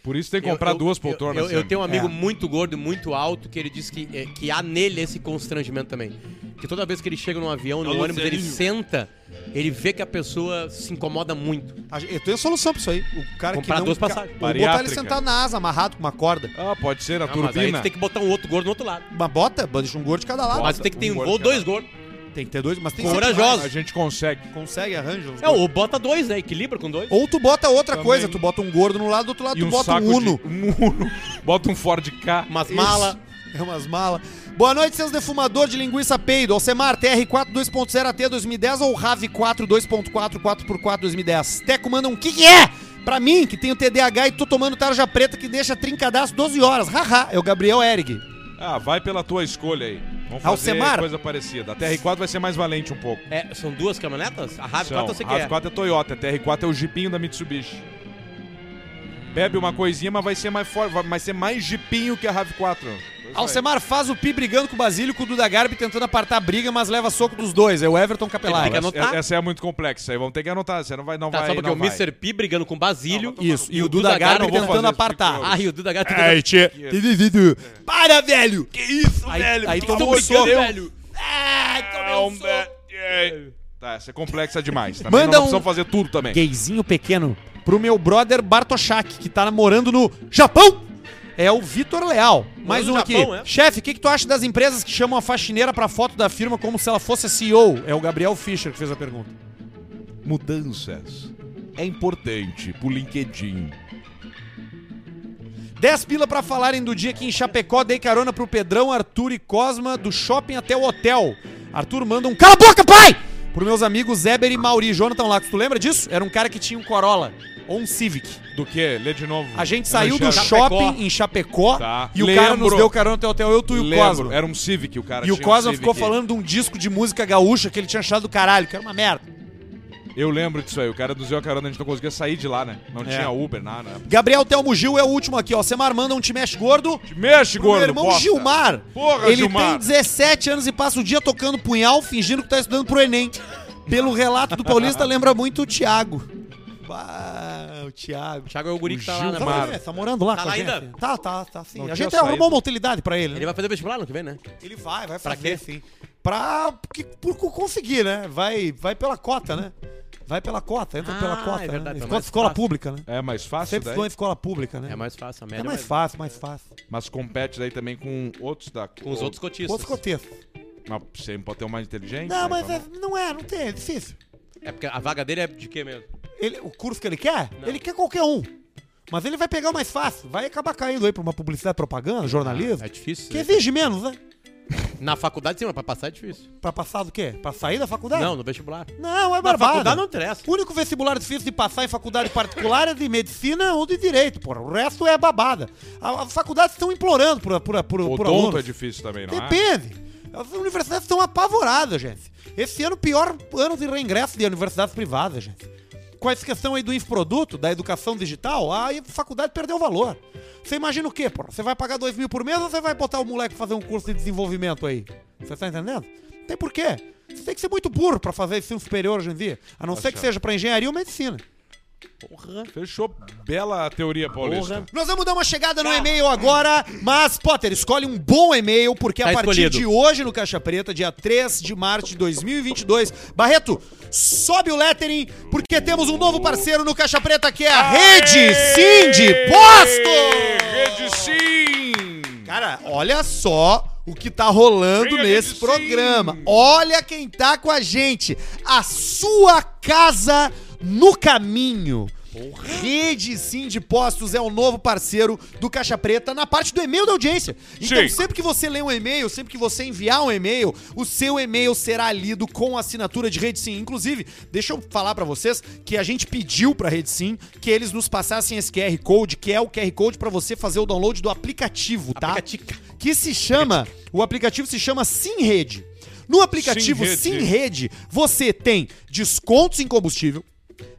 S2: Por assim. isso tem que comprar
S3: Eu- eu-
S2: duas
S3: eu-
S2: poltronas.
S3: Eu, eu
S2: sempre.
S3: tenho um amigo
S1: É.
S3: muito gordo e muito alto que ele diz que, é, que há nele esse constrangimento também. Que toda vez que ele chega num avião, no
S2: Alô,
S3: ônibus, ele
S2: Serginho.
S3: senta, ele vê que a pessoa se incomoda muito.
S1: A gente- Eu tenho solução pra isso aí. O cara
S3: Comprar
S1: que não...
S3: duas passagens.
S1: Vou botar ele
S2: Bariátrica.
S1: sentado na asa, amarrado com uma corda.
S2: Ah, pode ser a
S3: Ah, mas aí
S2: turbina.
S3: tu tem que botar um outro gordo no outro lado.
S1: Uma bota, deixa um gordo de cada lado.
S3: mas tu tem que ter
S2: um
S3: um
S2: gordo,
S3: ou
S2: cara.
S3: dois gordos.
S1: Tem que ter dois, mas tem que
S3: Corajoso.
S2: A gente consegue.
S1: Consegue, arranja uns
S3: É, ou bota dois, né? Equilibra com dois.
S1: Ou tu bota outra
S2: Também.
S1: coisa, tu bota um gordo no lado, do outro lado
S2: E
S1: tu
S2: um
S1: bota
S2: saco
S1: um Uno.
S2: de... Um Uno. Bota um Ford K.
S3: Umas
S1: Isso.
S3: malas.
S1: É umas malas. Boa noite, seus defumador de linguiça peido. Alcemar, TR4 2.0 AT 2010 ou RAV 4 2.4 4x4 2010? Teco manda um que que é? Pra mim, que tenho TDAH e tô tomando tarja preta que deixa trincadaço 12 horas. Haha, é o Gabriel Erig.
S2: Ah, vai pela tua escolha aí. Vamos fazer
S1: Alcemar.
S2: coisa parecida. A TR4 vai ser mais valente um pouco.
S3: É, são duas caminhonetas? A
S2: São.
S3: RAV4 eu sei que é.
S2: RAV4 é Toyota, a TR4 é o jipinho da Mitsubishi. Bebe uma coisinha, mas vai ser mais forte, vai vai ser mais jipinho que a RAV4.
S1: Alcemar faz o Pi brigando com o Basílio, com o Duda Garbi tentando apartar a briga, mas leva soco dos dois. É o Everton Capelari.
S3: Ele fica
S2: Essa- Essa é muito complexa, aí vamos ter que anotar. Você não vai, não
S3: Tá,
S2: vai.
S3: só porque
S2: não
S3: o
S2: vai.
S3: Mr. P brigando com o Basílio.
S1: Isso. E o Duda
S3: Garbi
S1: Garbi
S3: não
S1: tentando
S3: vou
S2: fazer isso,
S1: apartar.
S2: porque
S1: Ah,
S3: Ah, e o Duda Gato.
S1: Ai, tchê. Para, velho! Que isso, aí,
S2: velho?
S1: Aí
S2: Por que
S1: tomou
S2: que
S1: um
S2: estão
S1: soco.
S2: brigando,
S1: Ah,
S2: Ah,
S1: tomei um
S2: um
S1: soco.
S2: be- é. Tá, essa é complexa demais. Também
S1: Manda
S2: não, não
S1: um-
S2: precisamos fazer tudo também.
S1: gayzinho pequeno pro meu brother Bartoshak, que tá morando no Japão. É o Vitor Leal. Mais
S3: no
S1: um aqui.
S3: Japão, é?
S1: Chefe, o que, que tu acha das empresas que chamam a faxineira pra foto da firma como se ela fosse a CEO? É o Gabriel Fischer que fez a pergunta.
S2: Mudanças. É importante pro LinkedIn.
S1: 10 pila pra falarem do dia que em Chapecó dei carona pro Pedrão, Arthur e Cosma, do shopping até o hotel. Arthur manda um cala a boca, pai! Pro meus amigos Zeber e Mauri. Jonathan Lacos, tu lembra disso? Era um cara que tinha um Corolla ou um Civic.
S2: Do que? Lê de novo.
S1: A gente
S2: Não
S1: saiu do
S2: enxergo.
S1: shopping em Chapecó
S2: Tá.
S1: e o cara
S2: Lembro.
S1: nos deu carona até o hotel, eu, tu e o
S2: Lembro,
S1: Cosma.
S2: Era um Civic o cara
S1: E o
S2: tinha um
S1: Cosma ficou
S2: Civic.
S1: falando de um disco de música gaúcha que ele tinha achado do caralho, que era uma merda.
S2: Eu lembro disso aí. O cara nos deu a carona, a gente não conseguia sair de lá, né? Não
S3: É.
S2: tinha Uber, nada. né?
S1: Gabriel Telmo Gil é o último aqui, ó. Semar manda um te mexe gordo.
S2: Te mexe,
S1: Pro meu
S2: gordo.
S1: irmão
S2: bosta.
S1: Gilmar.
S2: Porra,
S1: ele
S2: Gilmar.
S1: tem 17 anos e passa o dia tocando punhal, fingindo que tá estudando pro Enem. Pelo relato do Paulista, lembra muito o Thiago. Ah, o Thiago.
S3: Thiago é o guri que tá lá na
S1: Tá, é, tá morando lá
S3: Tá
S1: com a
S3: lá
S1: gente.
S3: ainda?
S1: Tá, tá, tá. Sim.
S2: Né, Não
S1: a
S2: tinha
S1: gente
S2: saído.
S1: arrumou uma utilidade pra ele, né?
S3: Ele vai fazer vestibular ano que vem, né?
S1: Ele vai, vai
S3: Pra
S1: fazer,
S3: quê?
S1: sim. Pra. Porque, por co- conseguir, né? Vai, vai pela cota, né? Vai pela cota, entra
S3: Ah,
S1: pela cota.
S3: é
S1: né?
S3: verdade, tá
S1: Escola,
S3: mais
S1: escola
S3: fácil.
S1: pública, né?
S2: É mais fácil
S1: Sempre
S2: daí.
S1: estudou em escola pública, né?
S3: É mais fácil, a média
S1: É mais fácil, mais fácil.
S2: Mas compete daí também com outros da.
S3: Com os outros cotistas.
S1: Outros contextos.
S2: Mas sempre pode ter um mais inteligente.
S1: Não,
S2: né?
S1: mas
S3: tá
S2: Então
S1: é- não é, não tem, é difícil.
S3: É porque a vaga dele é de quê mesmo?
S1: Ele, o curso que ele quer, ele quer qualquer um. Mas ele vai pegar o mais fácil, vai acabar caindo aí pra uma publicidade, propaganda, jornalismo.
S3: É difícil.
S1: que
S3: né?
S1: exige menos, né?
S3: Na faculdade sim, mas pra passar é difícil.
S1: Pra passar do quê? Pra sair da faculdade?
S3: Não, no vestibular.
S1: Não, é
S3: Na
S1: Tá. barbada.
S3: faculdade não interessa.
S1: O único vestibular difícil de passar em faculdade particular é de medicina ou de direito, porra. O resto é babada. A- As faculdades estão implorando por, por, por,
S2: O
S1: por
S2: odonto
S1: alunos.
S2: é difícil também, não é?
S1: Depende. As universidades estão apavoradas, gente. Esse ano, pior ano de reingresso de universidades privadas, gente. Com a questão aí do infoproduto, da educação digital, aí a faculdade perdeu valor. Você imagina o quê, porra? Você vai pagar dois mil por mês ou você vai botar o moleque fazer um curso de desenvolvimento aí? Você tá entendendo? Não tem porquê. Você tem que ser muito burro pra fazer ensino superior hoje em dia. A não ser que seja pra engenharia ou medicina.
S3: Porra.
S2: Fechou. Bela teoria, Paulista.
S3: Porra.
S1: Nós vamos dar uma chegada no e-mail agora, mas, Potter, escolhe um bom e-mail, porque a
S3: Tá
S1: partir
S3: escolhido.
S1: de hoje no Caixa Preta, dia 3 de março de 2022, Barreto, sobe o lettering, porque temos um novo parceiro no Caixa Preta, que é a Rede Sim de Posto!
S2: Rede Sim!
S1: Cara, olha só o que tá rolando
S2: Vem a
S1: nesse
S2: Rede Sim.
S1: programa. Olha quem tá com a gente. A sua casa no caminho. Rede Sim de Postos é o novo parceiro do Caixa Preta na parte do e-mail da audiência. Então,
S2: Sim.
S1: sempre que você lê um e-mail, sempre que você enviar um e-mail, o seu e-mail será lido com a assinatura de Rede Sim. Inclusive, deixa eu falar pra vocês que a gente pediu pra Rede Sim que eles nos passassem esse QR Code, que é o QR Code pra você fazer o download do aplicativo, tá?
S3: Aplicatica.
S1: que se chama, o aplicativo se chama SimRede. No aplicativo
S2: Sim Rede.
S1: SimRede, você tem descontos em combustível,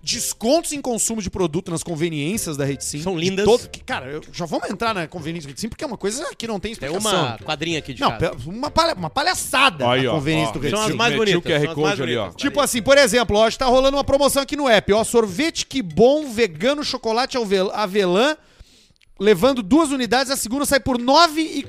S1: descontos em consumo de produto nas conveniências da Rede Sim.
S3: São
S1: De
S3: lindas.
S1: todo- que, cara, eu- já vamos entrar na conveniência da Rede Sim, porque é uma coisa que não tem
S3: Tem
S1: explicação.
S3: uma quadrinha aqui de
S1: um Não,
S3: casa.
S1: pe- uma, palha- uma palhaçada
S2: Aí,
S1: a
S2: ó,
S1: conveniência
S2: ó.
S1: do Rede
S3: São as
S1: Sim.
S3: mais
S2: Meti o
S3: bonitas.
S2: QR
S3: são as
S2: Code
S3: mais
S2: ali, ó.
S3: bonitas.
S1: Tipo assim, por exemplo, ó, tá rolando uma promoção aqui no app, ó. Sorvete que bom, vegano, chocolate alve- avelã, levando duas unidades, a segunda sai por R$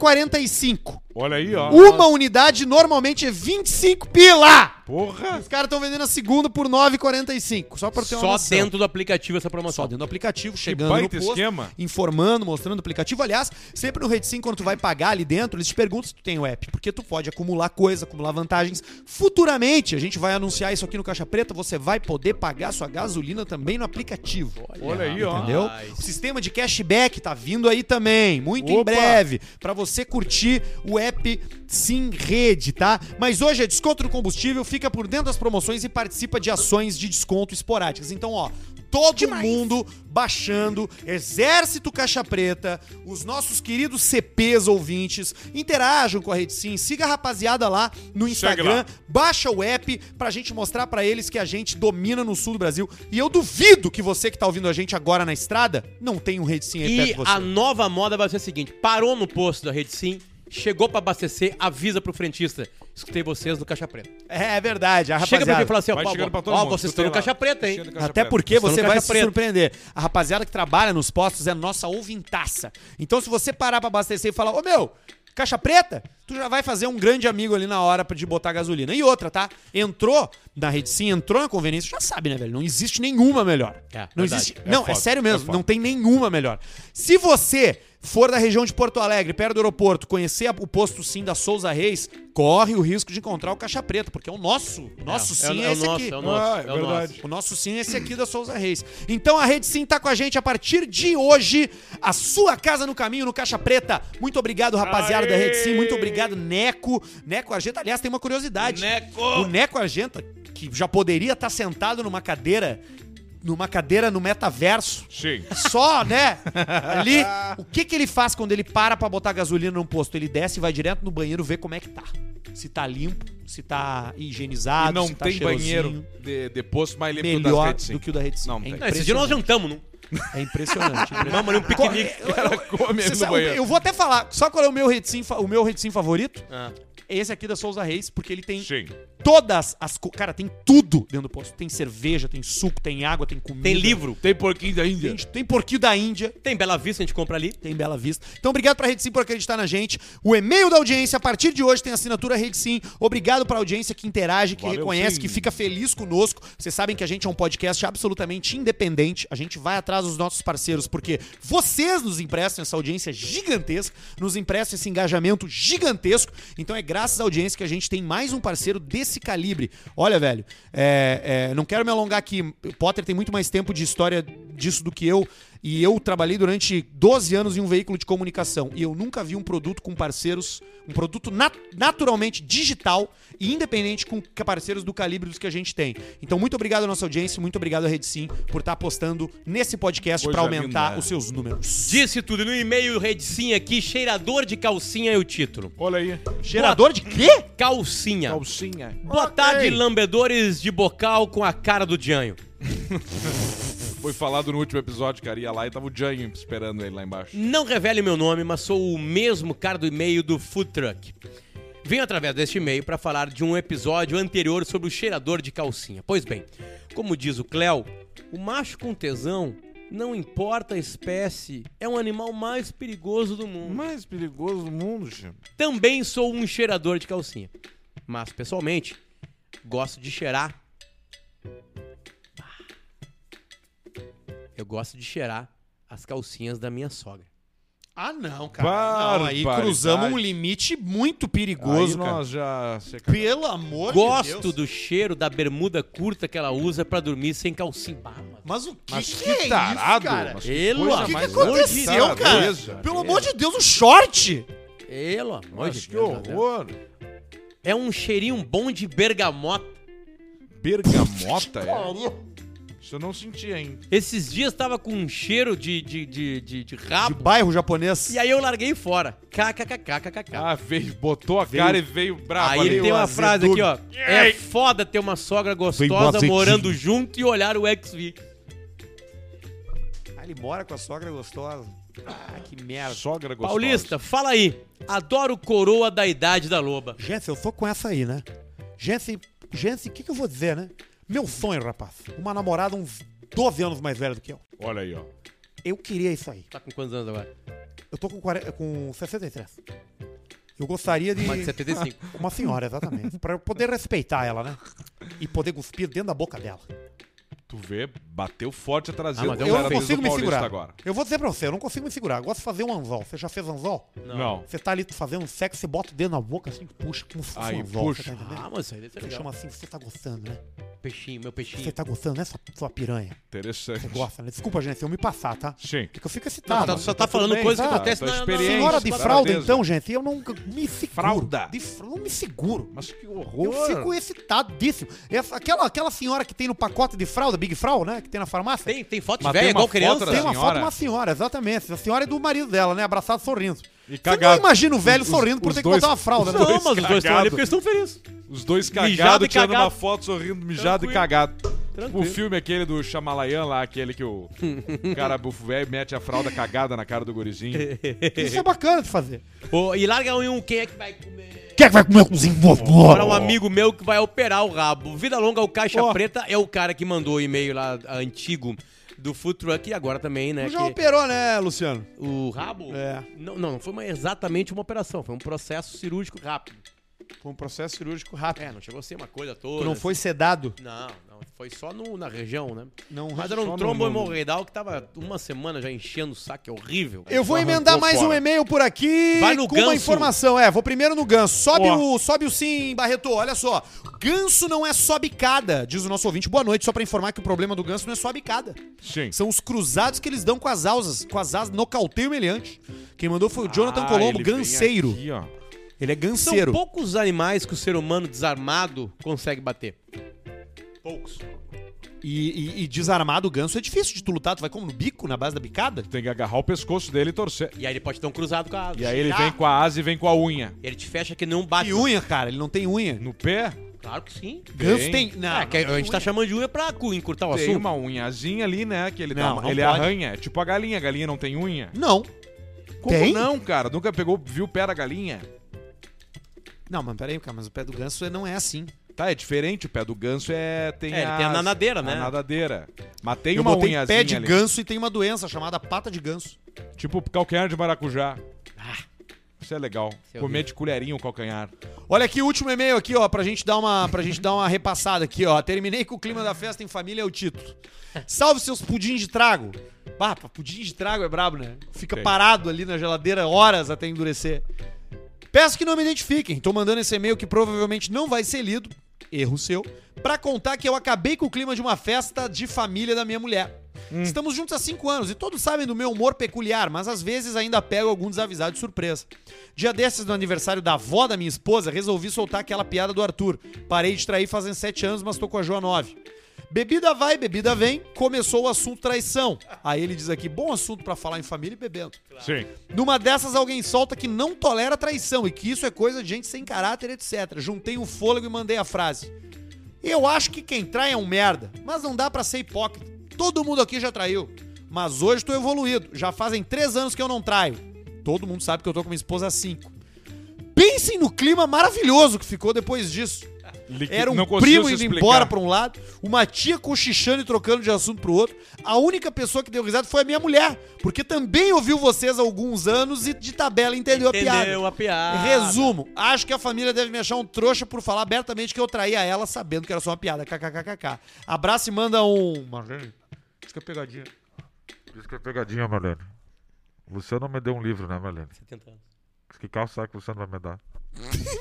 S1: 9,45.
S2: Olha aí, ó.
S1: Uma unidade normalmente é 25 pila!
S2: Porra!
S1: Os caras estão vendendo a segunda por 9,45. Só pra ter uma
S3: Só
S1: noção.
S3: dentro do aplicativo essa
S1: Só
S3: promoção.
S1: dentro do aplicativo, chegando no
S2: baita
S1: posto,
S2: esquema.
S1: informando, mostrando o aplicativo. Aliás, sempre no Rede Sim, quando tu vai pagar ali dentro, eles te perguntam se tu tem o app, porque tu pode acumular coisa, acumular vantagens. Futuramente, a gente vai anunciar isso aqui no Caixa Preta, você vai poder pagar sua gasolina também no aplicativo.
S2: Olha aí, ó.
S1: Entendeu? O sistema de cashback tá vindo aí também, muito em
S2: Opa!
S1: breve, pra você curtir o app Sim Rede, tá? Mas hoje é desconto no combustível, fica por dentro das promoções e participa de ações de desconto esporádicas. Então, ó, todo mundo baixando Exército Caixa Preta, os nossos queridos CPs ouvintes, interajam com a Rede Sim, siga a rapaziada lá no
S2: Segue
S1: Instagram,
S2: lá.
S1: Baixa o app pra gente mostrar pra eles que a gente domina no sul do Brasil. E eu duvido que você que tá ouvindo a gente agora na estrada não tenha um rede sim aí perto
S3: E
S1: de você.
S3: a nova moda vai ser a seguinte: parou no posto da Rede Sim, Chegou pra abastecer, avisa pro frentista. Escutei vocês no Caixa Preta.
S1: É verdade, a
S3: Chega pra
S1: rapaziada-
S3: ele e fala assim, ó,
S2: Vai chegando pra
S3: ó,
S2: todo
S3: ó,
S2: mundo.
S3: vocês
S2: escutei
S3: estão no
S2: lá.
S3: Caixa Preta, hein?
S2: Cheio do Caixa
S1: Até
S2: Preta.
S1: porque
S3: Estão no
S1: você vai
S3: Caixa
S1: se
S3: Preta.
S1: surpreender. A rapaziada que trabalha nos postos é nossa ouvintaça. Então, se você parar pra abastecer e falar, ô meu, caixa preta, tu já vai fazer um grande amigo ali na hora pra- de botar gasolina. E outra, tá? Entrou na rede sim, entrou na conveniência, já sabe, né, velho? Não existe nenhuma melhor.
S3: É,
S1: não
S3: verdade.
S1: existe.
S2: É
S1: não, é
S2: foda,
S1: sério
S2: é
S1: mesmo,
S2: foda.
S1: não tem nenhuma melhor. Se você for da região de Porto Alegre, perto do aeroporto, conhecer a- o posto sim da Souza Reis, corre o risco de encontrar o caixa preta, porque é o nosso. Nosso sim é,
S3: o
S1: esse
S3: nosso,
S1: aqui.
S3: É o nosso,
S2: Ah, é
S3: é o nosso.
S2: verdade.
S1: O nosso sim é esse aqui da Souza Reis. Então a Rede Sim tá com a gente a partir de hoje. A sua casa no caminho, no Caixa Preta. Muito obrigado, rapaziada da Rede Sim. Muito obrigado, Neco. Neco Argenta, aliás, tem uma curiosidade.
S3: Neco!
S1: O Neco Argenta, que já poderia estar sentado numa cadeira, numa cadeira no metaverso.
S2: Sim.
S1: Só, né? Ali, o que que ele faz quando ele para pra botar gasolina num posto? Ele desce e vai direto no banheiro ver como é que tá. Se tá limpo, se tá higienizado,
S2: E não
S1: se tá
S2: tem
S1: cheirosinho
S2: banheiro de, de posto mais limpo das
S1: melhor
S2: redes, sim.
S1: do que o da Rede Sim.
S2: Não,
S1: é
S2: tem.
S3: Não, esse dia nós
S1: impressionante.
S3: jantamos, não?
S1: É impressionante.
S3: Tomamos ali um piquenique.
S2: O cara come
S1: Você
S2: no
S1: sabe,
S2: banheiro.
S1: eu vou até falar, só qual é o meu Rede Sim, fa- o meu Rede Sim favorito?
S3: Ah.
S1: É Esse aqui da Souza Reis, porque ele tem
S2: Sim.
S1: todas as... co- Cara, tem tudo dentro do posto. Tem cerveja, tem suco, tem água, tem comida.
S3: Tem livro,
S2: Tem porquinho da Índia.
S1: Tem, tem porquinho da Índia.
S3: ah. tem Bela Vista, a gente compra ali.
S1: Tem Bela Vista. Então, obrigado pra Rede Sim por acreditar na gente. O e-mail da audiência, a partir de hoje, tem assinatura Rede Sim. Obrigado pra audiência que interage, que
S2: Valeu,
S1: reconhece,
S2: sim.
S1: que fica feliz conosco. Vocês sabem que a gente é um podcast absolutamente independente. A gente vai atrás dos nossos parceiros, porque vocês nos emprestam essa audiência gigantesca, nos emprestam esse engajamento gigantesco. Então, é graças à audiência que a gente tem mais um parceiro desse calibre. Olha, velho, é, é, não quero me alongar aqui. O Potter tem muito mais tempo de história disso do que eu. E eu trabalhei durante 12 anos em um veículo de comunicação. E eu nunca vi um produto com parceiros, um produto nat- naturalmente digital e independente com ca- parceiros do calibre dos que a gente tem. Então, muito obrigado à nossa audiência, muito obrigado à Rede Sim por estar apostando nesse podcast
S2: Coisa
S1: para aumentar
S2: linda.
S1: os seus números.
S3: Disse tudo no e-mail, redecinha aqui, cheirador de calcinha é o título.
S2: Olha aí.
S1: Gerador de quê?
S3: Calcinha.
S2: Calcinha.
S3: Boa tarde, lambedores de bocal com a cara do Dianho.
S2: Foi falado no último episódio, cara. Ia lá e tava o Jânio esperando ele lá embaixo.
S3: Não revele meu nome, mas sou o mesmo cara do e-mail do Food Truck. Venho através deste e-mail para falar de um episódio anterior sobre o cheirador de calcinha. Pois bem, como diz o Cléo, o macho com tesão, não importa a espécie, é um animal mais perigoso do mundo.
S2: Mais perigoso do mundo, Chico.
S3: Também sou um cheirador de calcinha. Mas, pessoalmente, gosto de cheirar. Ah. Eu gosto de cheirar as calcinhas da minha sogra.
S1: Ah, não,
S2: cara. Não, aí Barbaridade. cruzamos um
S1: limite muito
S2: Aí nós já... se acabou.
S1: Pelo amor
S3: Gosto do cheiro da bermuda curta que ela usa pra dormir sem calcinha. Bah, mano.
S1: Mas o que,
S2: Mas
S1: que,
S2: que,
S1: é
S2: tarado.
S1: isso, cara?
S2: Mas
S3: Pelo
S2: coisa
S3: amor
S1: O que, que
S2: mais
S3: de Deus.
S1: aconteceu, cara?
S2: Beleza,
S1: Pelo
S2: beleza.
S1: amor de Deus, o short!
S3: Pelo amor
S2: Mas
S3: de
S2: que
S3: Deus. meu Deus.
S2: horror.
S3: É um cheirinho bom de bergamota.
S2: Bergamota, é? Isso eu não senti, hein?
S3: Esses dias tava com um cheiro de, de, de, de,
S1: De
S3: de rabo.
S1: bairro japonês.
S3: E aí eu larguei fora. KKKKKK.
S2: Ah, veio, botou a cara e veio brabo.
S3: Aí
S2: ali.
S3: ele tem uma frase aqui, ó. É
S2: Ah, Ei.
S3: foda ter uma sogra
S1: Vem com
S3: gostosa
S1: azedume.
S3: morando junto e olhar o XV.
S1: Ah, ele mora com a sogra gostosa. Ah, que merda.
S2: Sogra gostosa.
S3: Paulista, fala aí. Adoro coroa da idade da loba.
S1: Gente, eu sou com essa aí, né? Gente, gente, o que, que eu vou dizer, né? Meu sonho, rapaz. Uma namorada uns 12 anos mais velha do que eu.
S2: Olha aí, ó.
S1: Eu queria isso aí.
S3: Tá com quantos anos agora?
S1: Eu tô com, 40, com 63. Eu gostaria de.
S3: Uma de 75.
S1: Uma senhora, exatamente. pra eu poder respeitar ela, né? E poder cuspir dentro da boca dela.
S2: Tu vê, bateu forte a traseira.
S3: Ah, mas
S2: do
S3: é um
S1: Eu
S2: cara
S1: não
S2: desde o
S1: consigo me
S2: Paulista
S1: segurar.
S2: Agora.
S1: Eu vou dizer pra você, eu não consigo me segurar. Eu gosto de fazer um anzol. Você já fez anzol?
S2: Não.
S1: Você tá ali fazendo sexo, você bota o dedo na boca assim, puxa, como se fosse
S2: Aí,
S1: um anzol.
S2: puxa.
S1: Você tá entendendo?
S3: Ah, moço, isso é
S1: Você
S3: legal.
S1: chama assim, você tá gostando, né?
S3: Peixinho, meu
S1: Você
S3: peixinho.
S1: tá gostando, né, sua, sua piranha?
S2: Interessante.
S1: Você gosta, né? Desculpa, gente, se eu me passar, tá?
S2: Sim.
S1: É que eu fico
S3: Não,
S1: excitado.
S3: tá, só tá
S2: tudo
S3: falando
S2: bem,
S3: coisas que
S2: tá, tua
S3: acontecem na, na,
S2: experiência.
S3: na-
S1: Senhora
S2: Parabéns,
S1: de
S2: parabéns,
S1: fralda,
S2: mesmo.
S1: então, gente, eu não me seguro.
S2: Fralda.
S1: De fr- não me seguro.
S2: Mas que
S1: Eu
S2: horror.
S1: fico excitadíssimo. Essa- aquela, aquela senhora que tem no pacote de fralda, Big Frau, né? Que tem na farmácia.
S3: Tem, tem foto de
S2: Mas
S3: velha
S2: tem uma
S3: igual criança.
S2: foto
S1: Tem uma foto
S2: senhora.
S1: de uma senhora, exatamente. A senhora é do marido dela, né? Abraçado sorrindo. Você
S2: E
S1: não
S2: cagado.
S1: imagina o velho
S2: Os-
S1: sorrindo por
S2: os
S1: ter que
S2: dois-
S1: botar uma fralda, né?
S3: Não,
S2: dois
S3: mas os dois estão ali
S2: cagados.
S3: porque eles estão felizes.
S2: Os dois
S3: Mijado
S2: cagados
S3: e
S2: tirando
S3: cagado.
S2: uma foto, sorrindo, mijado
S3: Tranquilo.
S2: e cagado. Tipo O
S3: Tranquilo.
S2: filme aquele do Chamalayan lá, aquele que o cara bufo velho mete a fralda cagada na cara do gurizinho.
S1: Isso é bacana de fazer.
S3: Ô, e larga um em um, quem é que vai comer?
S1: Quem é que vai comer o cozinho
S3: Para um amigo meu que vai operar o rabo. Vida longa, o Caixa
S1: Ó.
S3: Preta é o cara que mandou o e-mail lá a- antigo do Food Truck e agora também, né?
S1: Tu já
S3: que-
S1: operou, né, Luciano?
S3: O rabo?
S1: É.
S3: Não, não, não foi uma- exatamente uma operação, foi um processo cirúrgico rápido.
S1: Foi um processo cirúrgico rápido.
S3: É, não chegou a ser uma coisa toda. assim.
S1: Tu não foi sedado?
S3: Não, não, foi só no- na região, né?
S1: Não
S3: Mas era
S1: só
S3: um
S1: no-
S3: trombo
S1: no-
S3: hemorroidal que tava uma semana já enchendo o saco, é horrível.
S1: Eu vou
S2: Arrancou
S1: emendar mais
S2: fora.
S1: um e-mail por aqui
S3: Vai no
S1: com
S3: ganso.
S1: uma informação. É, vou primeiro no ganso. Sobe,
S2: Ó.
S1: o, sobe o sim, Barreto. Olha só. Ganso não é só bicada, diz o nosso ouvinte. Boa noite, só pra informar que o problema do ganso não é só bicada.
S2: Sim.
S1: São os cruzados que eles dão com as asas, com as asas nocauteio meliante. Quem mandou foi o Jonathan
S2: Ah,
S1: Colombo,
S2: ele vem
S1: ganseiro.
S2: aqui, ó.
S1: Ele é
S3: São
S1: ganseiro.
S3: poucos animais que o ser humano desarmado consegue bater. Poucos.
S1: E, e- e desarmado o ganso é difícil de tu lutar. Tu vai como no bico, na base da bicada?
S2: Tem que agarrar o pescoço dele e torcer.
S3: E aí ele pode ter um cruzado com a asa.
S2: E aí ele
S1: Ah.
S2: vem com a asa e vem com a unha.
S3: Ele te fecha que nem um bate.
S1: E Ah, unha, cara. Ele não tem unha.
S2: No pé,
S3: Claro que sim.
S1: Ganso
S2: Tem.
S1: tem... Não,
S3: É, que a gente tá chamando de unha pra cu- encurtar o
S2: tem
S3: assunto.
S2: uma unhazinha ali, né? Que ele, dá
S1: Não,
S2: uma-
S1: não
S2: ele
S1: pode.
S2: arranha. É Tipo a galinha. A galinha não tem unha.
S1: Não.
S2: Como
S1: Tem?
S2: não, cara? Nunca pegou, viu o pé da galinha?
S1: Não, mas peraí, cara. Mas o pé do ganso é- não é assim.
S2: Tá, é diferente. O pé do ganso é... Tem
S3: É, ele tem a nanadeira, né?
S2: A nadadeira. Mas tem
S1: Eu
S2: uma
S1: botei
S2: unhazinha
S1: pé de
S2: ali.
S1: ganso e tem uma doença chamada pata de ganso.
S2: Tipo calcanhar de maracujá. Isso é legal.
S3: Ah, é
S2: Comer
S3: horrível.
S2: de colherinho o calcanhar.
S1: Olha aqui, o último e-mail aqui, ó, pra gente dar uma, pra gente dar uma repassada aqui, ó. Terminei com o clima da festa em família é o título. Salve seus pudins de trago. Bah, pá, pudim de trago é brabo, né? Fica
S2: Tem.
S1: parado ali na geladeira horas até endurecer. Peço que não me identifiquem. Tô mandando esse e-mail que provavelmente não vai ser lido, erro seu, pra contar que eu acabei com o clima de uma festa de família da minha mulher. Estamos juntos há cinco anos e todos sabem do meu humor peculiar, mas às vezes ainda pego algum desavisado de surpresa. Dia desses, no aniversário da avó da minha esposa, resolvi soltar aquela piada do Arthur. Parei de trair fazem sete anos, mas tô com a Jo há nove. Bebida vai, bebida vem, começou o assunto traição. Aí ele diz aqui, bom assunto pra falar em família e bebendo.
S2: Sim.
S1: Numa dessas, alguém solta que não tolera traição e que isso é coisa de gente sem caráter, etc. Juntei um fôlego e mandei a frase. Eu acho que quem trai é um merda, mas não dá pra ser hipócrita. Todo mundo aqui já traiu. Mas hoje tô evoluído. Já fazem três anos que eu não traio. Todo mundo sabe que eu tô com minha esposa há cinco. Pensem no clima maravilhoso que ficou depois disso.
S2: Liqui-
S1: Era um
S2: não conseguiu
S1: primo
S2: se
S1: indo
S2: explicar.
S1: embora pra um lado, uma tia cochichando e trocando de assunto pro outro. A única pessoa que deu risada foi a minha mulher, porque também ouviu vocês há alguns anos e de tabela entendeu, a piada.
S3: Entendeu a
S2: Ah,
S3: piada.
S1: Resumo, acho que a família deve me achar um trouxa por falar abertamente que eu traí a ela sabendo que era só uma piada. KKKKK. Abraço e manda um. Marlene, diz que é pegadinha.
S6: Diz que é pegadinha, Marlene. O Luciano não me deu um livro, né, Marlene?
S3: 70 anos.
S6: Diz que carro será que o Luciano vai me dar?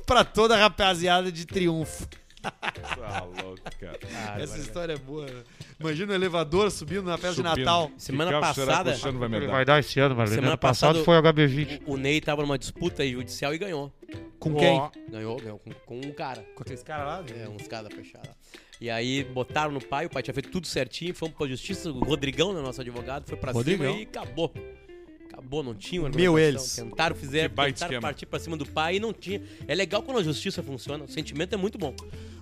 S1: pra toda a rapaziada de triunfo.
S2: Tá louco, cara.
S3: Ah,
S1: Essa história é boa, né? Imagina o elevador subindo na festa
S2: Subindo.
S1: de Natal.
S3: Semana
S2: Que carro será que
S3: passada-
S2: o Luciano vai me
S6: Ele
S2: dar?
S6: vai dar esse ano, Marlene.
S3: Semana
S6: ano passado
S3: passado-
S6: foi o HB20.
S3: O Ney tava numa disputa aí judicial e ganhou.
S1: Com quem?
S2: Ó,
S3: Ganhou, ganhou com, com um cara.
S1: Com aqueles caras lá? né?
S3: É, uns caras fechados. E aí botaram no pai, o pai tinha feito tudo certinho, fomos pra justiça, o Rodrigão, né, nosso advogado, foi pra
S1: Rodrigão.
S3: cima e acabou. Acabou, não tinha uma
S1: Meu
S3: argumentação.
S1: eles.
S3: Tentaram, fizeram,
S2: Que baita
S3: tentaram
S2: esquema.
S3: partir pra cima do pai e não tinha. É legal quando a justiça funciona, o sentimento é muito bom.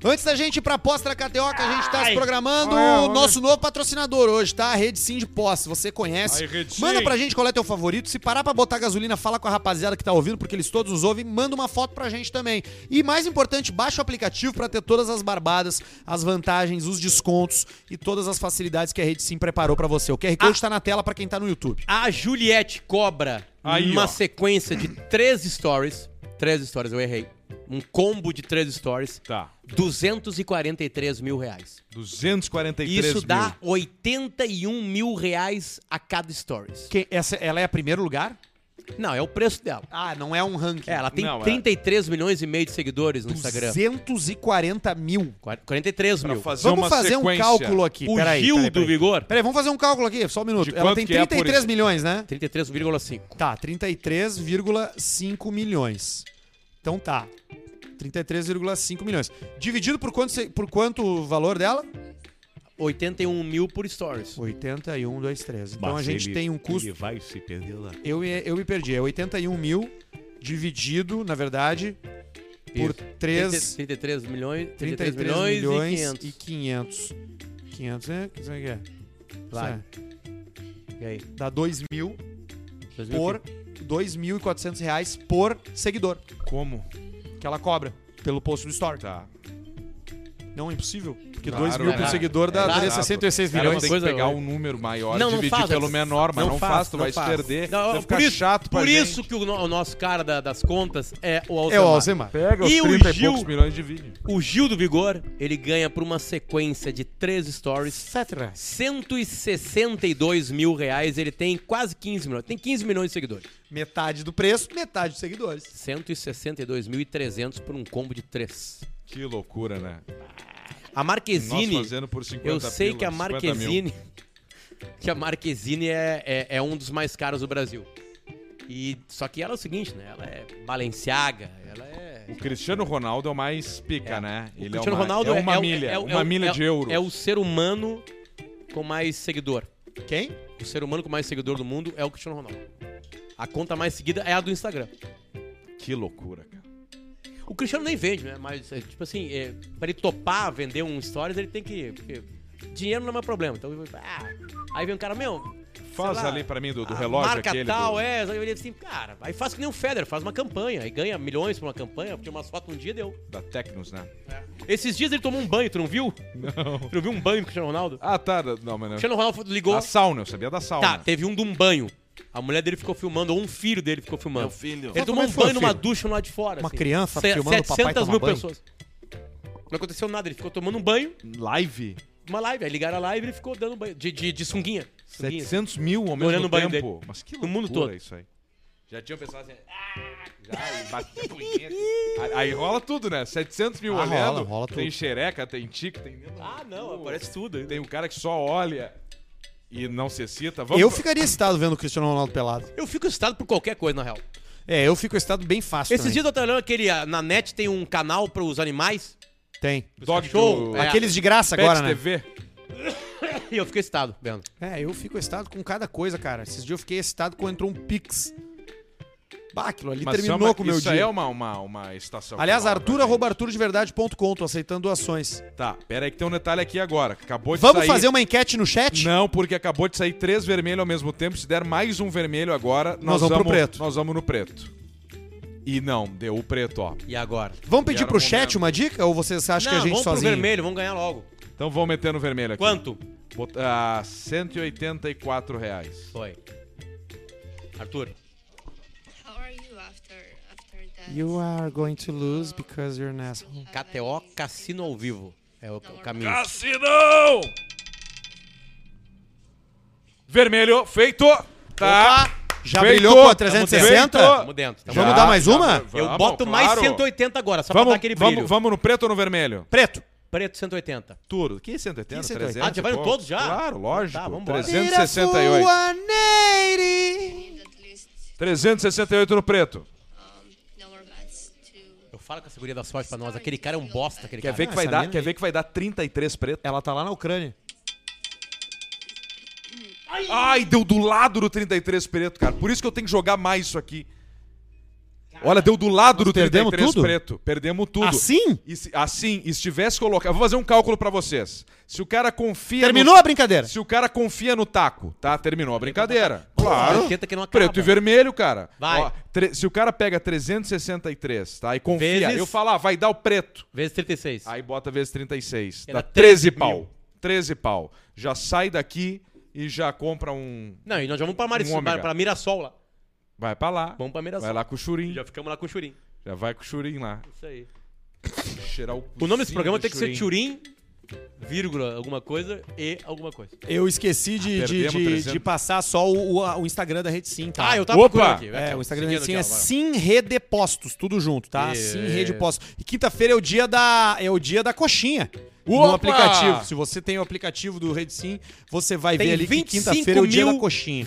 S1: Antes da gente ir pra aposta da KTO, que a gente tá se programando,
S2: Olha,
S1: o
S2: olha.
S1: nosso novo patrocinador hoje, tá? A Rede Sim de Posse, você conhece.
S2: Aí, Rede Sim.
S1: manda pra gente qual é teu favorito. Se parar pra botar gasolina, fala com a rapaziada que tá ouvindo, porque eles todos nos ouvem. Manda uma foto pra gente também. E mais importante, baixa o aplicativo pra ter todas as barbadas, as vantagens, os descontos e todas as facilidades que a Rede Sim preparou pra você. O QR Code tá na tela pra quem tá no YouTube.
S3: A Juliette cobra
S2: Aí,
S3: uma
S2: ó.
S3: sequência de três stories. Três stories, eu errei. Um combo de três stories.
S2: Tá.
S3: 243 mil reais.
S2: 243
S3: Isso
S2: mil.
S3: dá 81 mil reais a cada stories.
S1: Quem- essa, ela é a primeiro lugar?
S3: Não, é o preço dela.
S1: Ah, não é um ranking.
S3: É, ela tem
S2: Não, é.
S3: 33 milhões e meio de seguidores no Instagram.
S1: 240 mil.
S3: Quar- 43
S2: Pra
S3: mil.
S2: fazer
S1: Vamos
S2: é uma
S1: fazer um
S2: sequência.
S1: cálculo aqui.
S3: O
S1: peraí,
S3: Gil
S1: peraí,
S3: do
S1: peraí.
S3: Vigor,
S1: Peraí, vamos fazer um cálculo aqui, só um minuto.
S2: De
S1: Ela
S2: quanto
S1: tem
S2: que é por
S1: 33
S2: isso?
S1: milhões, né?
S3: 33,5.
S1: Tá, 33,5 milhões. Então tá. 33,5 milhões. Dividido por quanto, se- por quanto o valor dela?
S3: 81 mil por stories.
S1: 81, 2, 3. Então
S7: Mas
S1: a gente
S7: ele-
S1: tem um custo.
S7: Ele vai se perder lá.
S1: Eu, me- eu me perdi. É 81 mil dividido, na verdade, por 3.
S3: 33 milhões, 33
S1: 33
S3: milhões,
S1: milhões
S3: e 500.
S1: e 500. 500, né? Que isso aqui é.
S3: Vai.
S1: Isso
S3: E aí?
S1: é. Dá 2 mil por... 2.400 reais por seguidor
S2: Como?
S1: que ela cobra pelo post do Story.
S2: Tá.
S1: Não é impossível, porque
S2: Claro,
S1: 2 mil
S2: é
S1: por
S2: claro.
S1: seguidor dá,
S2: É
S1: daria
S2: exato.
S1: 66
S2: Cara,
S1: milhões.
S2: tem
S3: coisa-
S2: que pegar um número maior,
S3: Não, não
S2: dividir
S3: faz,
S2: pelo
S3: é-
S2: menor, mas
S3: não
S2: não,
S3: faz,
S2: faz, tu
S3: não
S2: vai
S3: faz.
S2: se perder.
S3: Não,
S2: vai
S3: por
S2: ficar
S3: isso,
S2: chato pra
S3: por
S2: gente.
S3: isso que o, no- o nosso cara da- das contas é o
S1: É
S3: Alcemar.
S1: o Alzheimer.
S6: Pega os
S3: E o
S6: 30 e
S3: Gil?
S6: poucos milhões de vídeo.
S3: O Gil do Vigor, ele ganha por uma sequência de três stories.
S1: Etc.
S3: 162 mil reais, ele tem quase 15 milhões. Tem 15 milhões de seguidores.
S1: Metade do preço, metade dos seguidores.
S3: 162.300 por um combo de três.
S2: Que loucura, né?
S3: A Marquezine.
S2: Nós fazendo por 50
S3: Eu sei
S2: pila,
S3: que
S2: 50
S3: a
S2: mil.
S3: Marquezine. Que a Marquezine é, é, é um dos mais caros do Brasil. E, só que ela é o seguinte, né? Ela é Balenciaga, ela é.
S2: O Cristiano Ronaldo é o mais pica,
S3: É.
S2: né?
S3: O
S2: Ele
S3: Cristiano
S2: é uma,
S3: Ronaldo
S2: é uma
S3: o-
S2: milha,
S3: o-
S2: uma
S3: o-
S2: milha de
S3: é o-
S2: euros.
S3: É o ser humano com mais seguidor.
S1: Quem?
S3: O ser humano com mais seguidor do mundo é o Cristiano Ronaldo. A conta mais seguida é a do Instagram.
S2: Que loucura, cara.
S3: O Cristiano nem vende, né? Mas, é, tipo assim, é, pra ele topar vender um Stories, ele tem que. porque dinheiro não é meu problema. Então, ah, aí vem um cara, meu,
S2: Faz
S3: Sei lá,
S2: ali pra mim do, do
S3: a
S2: relógio
S3: marca
S2: aquele.
S3: tal,
S2: do...
S3: é. Aí ele assim, cara, aí faz que nem o Federer, faz uma campanha, aí ganha milhões por uma campanha, tinha umas fotos um dia deu.
S2: Da Tecnos, né?
S3: É. Esses dias ele tomou um banho, tu não viu?
S2: Não.
S3: Tu não viu um banho do Cristiano Ronaldo?
S2: Ah, tá. Não, mas não.
S3: Cristiano Ronaldo ligou.
S2: Da sauna, eu sabia da sauna.
S3: Tá, teve um de um banho. A mulher dele ficou filmando, ou um filho dele ficou filmando.
S2: filho.
S3: Ele
S1: Mas como
S3: tomou
S1: é
S3: um
S1: que foi
S3: banho
S1: o
S3: numa
S1: filho?
S3: ducha lá de fora. assim.
S1: Uma criança filmando o papai
S3: mil
S1: tomar banho?
S3: pessoas. Não aconteceu nada, ele ficou tomando um banho,
S2: Live?
S3: uma live. Aí ligaram a live e ele ficou dando banho. De, de, de sunguinha. sunguinha.
S2: 700 mil ao mesmo
S3: Olhando o banho
S2: tempo.
S3: dele.
S2: Mas que
S3: No
S2: loucura
S3: mundo todo.
S2: isso aí. Já tinha pensado assim... Ah, já, e bate a punheta. Aí- Aí rola tudo, né? 700 mil
S1: Ah, rola,
S2: olhando.
S1: rola
S2: Tem
S1: tudo.
S2: xereca, tem tico, tem...
S3: Ah, não, aparece tudo.
S2: Tem um cara que só olha e não se excita. Vamos
S1: Eu ficaria excitado vendo o Cristiano Ronaldo pelado.
S3: Eu fico excitado por qualquer coisa, na real.
S1: É, eu fico excitado bem fácil
S3: Esses
S1: também.
S3: dias eu tava olhando aquele. ah, Na net tem um canal pros animais.
S1: Tem.
S2: Dog
S3: Show,
S2: do
S3: é.
S1: Aqueles de graça
S2: Pet
S1: agora, né?
S2: TV.
S3: E eu fiquei excitado, vendo.
S1: É, eu fico excitado com cada coisa, cara. Esses dias eu fiquei excitado quando entrou um Pix. Bah, aquilo ali
S2: Mas
S1: terminou
S2: isso é uma,
S1: com o meu
S2: isso
S1: dia.
S2: é uma, uma, uma estação.
S1: Aliás,
S2: final,
S1: Arthur,
S2: né?
S1: arroba arturudeverdade.com, tô aceitando doações.
S2: Tá, pera aí que tem um detalhe aqui agora. Acabou de
S1: Vamos
S2: sair...
S1: fazer um uma enquete no chat?
S2: Não, porque acabou de sair três vermelhos ao mesmo tempo. Se der mais um vermelho agora,
S1: Nós
S2: nós,
S1: vamos pro preto.
S2: Nós vamos no preto. E não, deu o preto, ó.
S3: E agora?
S1: Vamos pedir
S2: Era
S1: pro
S2: um
S1: chat
S2: momento.
S1: uma dica ou vocês acham que a gente
S3: vamos
S1: sozinho?
S3: pro vermelho, vamos ganhar logo.
S2: Então vamos meter no vermelho aqui.
S3: Quanto?
S2: Bot- ah, 184 reais.
S3: Foi. Arthur.
S7: How are you after after that?
S1: You are going to lose because you're an asshole.
S3: KTO Cassino ao vivo. É o, o caminho.
S2: Assim Assinão! Vermelho, feito! Tá!
S1: Já
S2: Feito.
S1: brilhou com a
S2: Feito.
S1: 360?
S3: Tamo dentro. Tamo
S1: Vamos
S2: Já,
S1: dar mais
S2: já,
S1: uma?
S2: vamos,
S3: Eu boto mais
S2: claro.
S3: 180 agora, só pra
S2: Vamos,
S3: dar aquele brilho.
S2: vamos, vamos no preto ou no vermelho?
S1: Preto.
S3: Preto 180.
S2: Tudo. Que 180?
S1: 300,
S3: Ah, já vai no
S2: pô.
S3: todos já?
S2: Claro, lógico.
S3: Tá, vambora.
S2: 368.
S1: 180.
S7: At least
S2: 368 no preto.
S7: um, our bats to
S3: Eu falo com a segurança da sorte pra nós. Aquele cara é um bosta, aquele
S2: Quer
S3: cara.
S2: ver, que vai
S1: essa
S2: dar,
S1: mina
S2: quer
S1: aí.
S2: ver que vai dar 33 preto?
S1: Ela tá lá na Ucrânia.
S2: Ai, deu do lado do 33 preto, cara. Por isso que eu tenho que jogar mais isso aqui. Olha, deu do lado do
S1: perdemos
S2: 33
S1: tudo?
S2: preto. Perdemos tudo.
S1: Assim?
S2: E se- assim, e se tivesse colocado. Vou fazer um cálculo pra vocês. Se o cara confia. no-
S1: Terminou a brincadeira?
S2: Se o cara confia no taco, tá? Terminou a brincadeira. Claro.
S3: 180 que não tá. acaba.
S2: Preto e vermelho, cara.
S3: Vai.
S2: tre- se o cara pega 363, tá? E confia,
S3: Vezes-
S2: eu falar, vai dar o preto.
S3: Vezes 36.
S2: Aí bota vezes 36.
S3: Era
S2: dá 13
S3: 13
S2: pau. 13 pau. Já sai daqui e já compra um.
S3: Não, e nós já vamos pra, Maris,
S2: Um ômega.
S3: pra, pra Mirassol lá.
S2: Vai pra lá.
S3: Vamos pra Mirassol.
S2: Vai lá com o Churim.
S3: Já
S2: Já,
S3: ficamos lá com o Churim.
S2: vai com o Churim lá.
S3: Isso aí.
S2: Cheirar o.
S3: O nome desse
S2: cucinho
S3: programa
S2: do
S3: tem que ser Turim, vírgula, alguma coisa e alguma coisa.
S1: Eu esqueci de,
S2: Ah,
S1: de,
S2: perdemos
S1: de,
S2: 300.
S1: de passar só o, o- a- o Instagram da Rede Sim, tá?
S3: Ah, eu tava
S2: Opa!
S3: procurando aqui.
S1: É, o Instagram da Rede Sim
S3: Seguindo
S1: é
S3: aqui, ó, vai
S1: Sim
S3: lá.
S1: Rede Postos, tudo junto, tá?
S3: Isso.
S1: Sim Rede Postos. E quinta-feira é o dia da é o dia da coxinha. No
S2: Opa!
S1: aplicativo. Se você tem o aplicativo do Rede Sim, você vai ver ali que
S3: 25
S1: quinta-feira é o dia
S3: mil-
S1: da coxinha.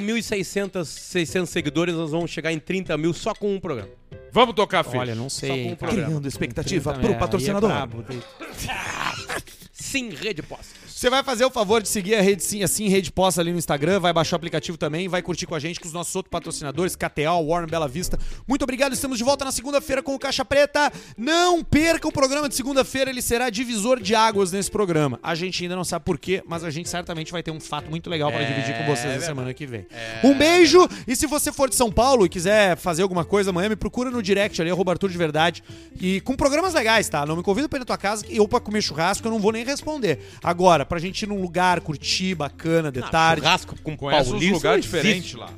S3: 25.600 600 seguidores, nós vamos chegar em 30 mil só com um programa.
S2: Vamos tocar, filho.
S1: Olha, não sei.
S3: com um
S1: hein, cara.
S3: programa.
S1: Criando expectativa
S4: pro patrocinador.
S3: Sim Rede Posse.
S1: Você vai fazer o favor de seguir a rede sim, assim, Rede Posta ali no Instagram, vai baixar o aplicativo também, vai curtir com a gente, com os nossos outros patrocinadores, KTA, Warren Bela Vista. Muito obrigado, estamos de volta na segunda-feira com o Caixa Preta. Não perca o programa de segunda-feira, ele será divisor de águas nesse programa. A gente ainda não sabe por quê, mas a gente certamente vai ter um fato muito legal para dividir com vocês na semana que vem. um beijo, e se você for de São Paulo e quiser fazer alguma coisa amanhã, me procura no direct ali, arroba Arthur de Verdade, e com programas legais, tá? Não me convida pra ir na tua casa ou pra comer churrasco, eu não vou nem responder. Agora, pra gente ir num lugar, curtir, bacana, de tarde.
S3: Churrasco com
S2: Conhece uns
S3: paulista
S2: lugares
S3: não existe.
S2: diferentes lá.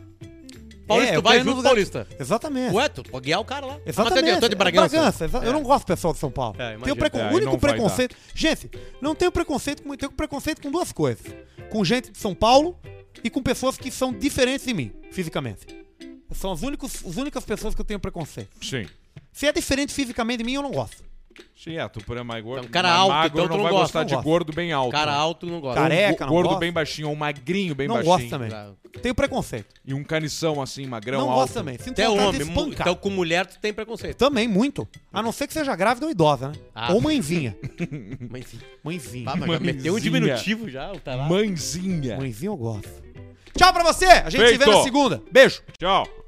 S3: Paulista,
S1: É,
S3: tu
S1: eu quero
S3: vai
S1: ir
S3: junto,
S1: num lugar-
S3: Paulista.
S1: Exatamente.
S3: Ué, tu pode guiar o cara lá. Ah, Mas tu é
S1: Exatamente.
S3: de- tu é de Bragança.
S1: exa- Eu não gosto do pessoal de São Paulo.
S3: É, imagino.
S1: tenho precon...
S2: É, aí
S1: o único
S2: não vai
S1: preconceito. Gente, não tenho preconceito com tenho preconceito com duas coisas. Com gente de São Paulo e com pessoas que são diferentes de mim, fisicamente. São as, únicos, as únicas pessoas que eu tenho preconceito.
S2: Sim.
S1: Se é diferente fisicamente de mim, eu não gosto.
S2: Sim, é, tu é mais gordo.
S3: Então, cara
S2: mais
S3: alto,
S2: magro,
S3: então tu
S2: não,
S3: não
S2: vai
S3: gosta,
S2: gostar
S1: não
S2: de
S1: gosta.
S2: gordo bem alto.
S3: Cara
S2: né?
S3: alto não gosta.
S1: Careca.
S2: Um
S1: não
S2: gordo
S1: gosto.
S2: bem baixinho, ou um magrinho bem
S1: não
S2: baixinho.
S1: gosto também.
S3: Claro.
S1: Tenho preconceito.
S2: E um canição assim, magrão
S1: não
S2: alto.
S1: gosto também. Sinto
S3: Até
S1: vontade
S3: homem.
S1: de
S3: mu-
S1: espancar.
S3: Então com mulher tu tem preconceito.
S1: Também, muito. A não ser que seja grávida ou idosa, né?
S3: Ah.
S1: Ou mãezinha.
S3: Mas enfim.
S1: Mãezinha.
S3: Bah, mas já meteu um
S2: Mãezinha.
S3: diminutivo já, o tarado.
S2: Mãezinha.
S1: Mãezinha eu gosto. Tchau pra você. A gente se vê
S2: Feito.
S1: na segunda. Beijo.
S2: Tchau.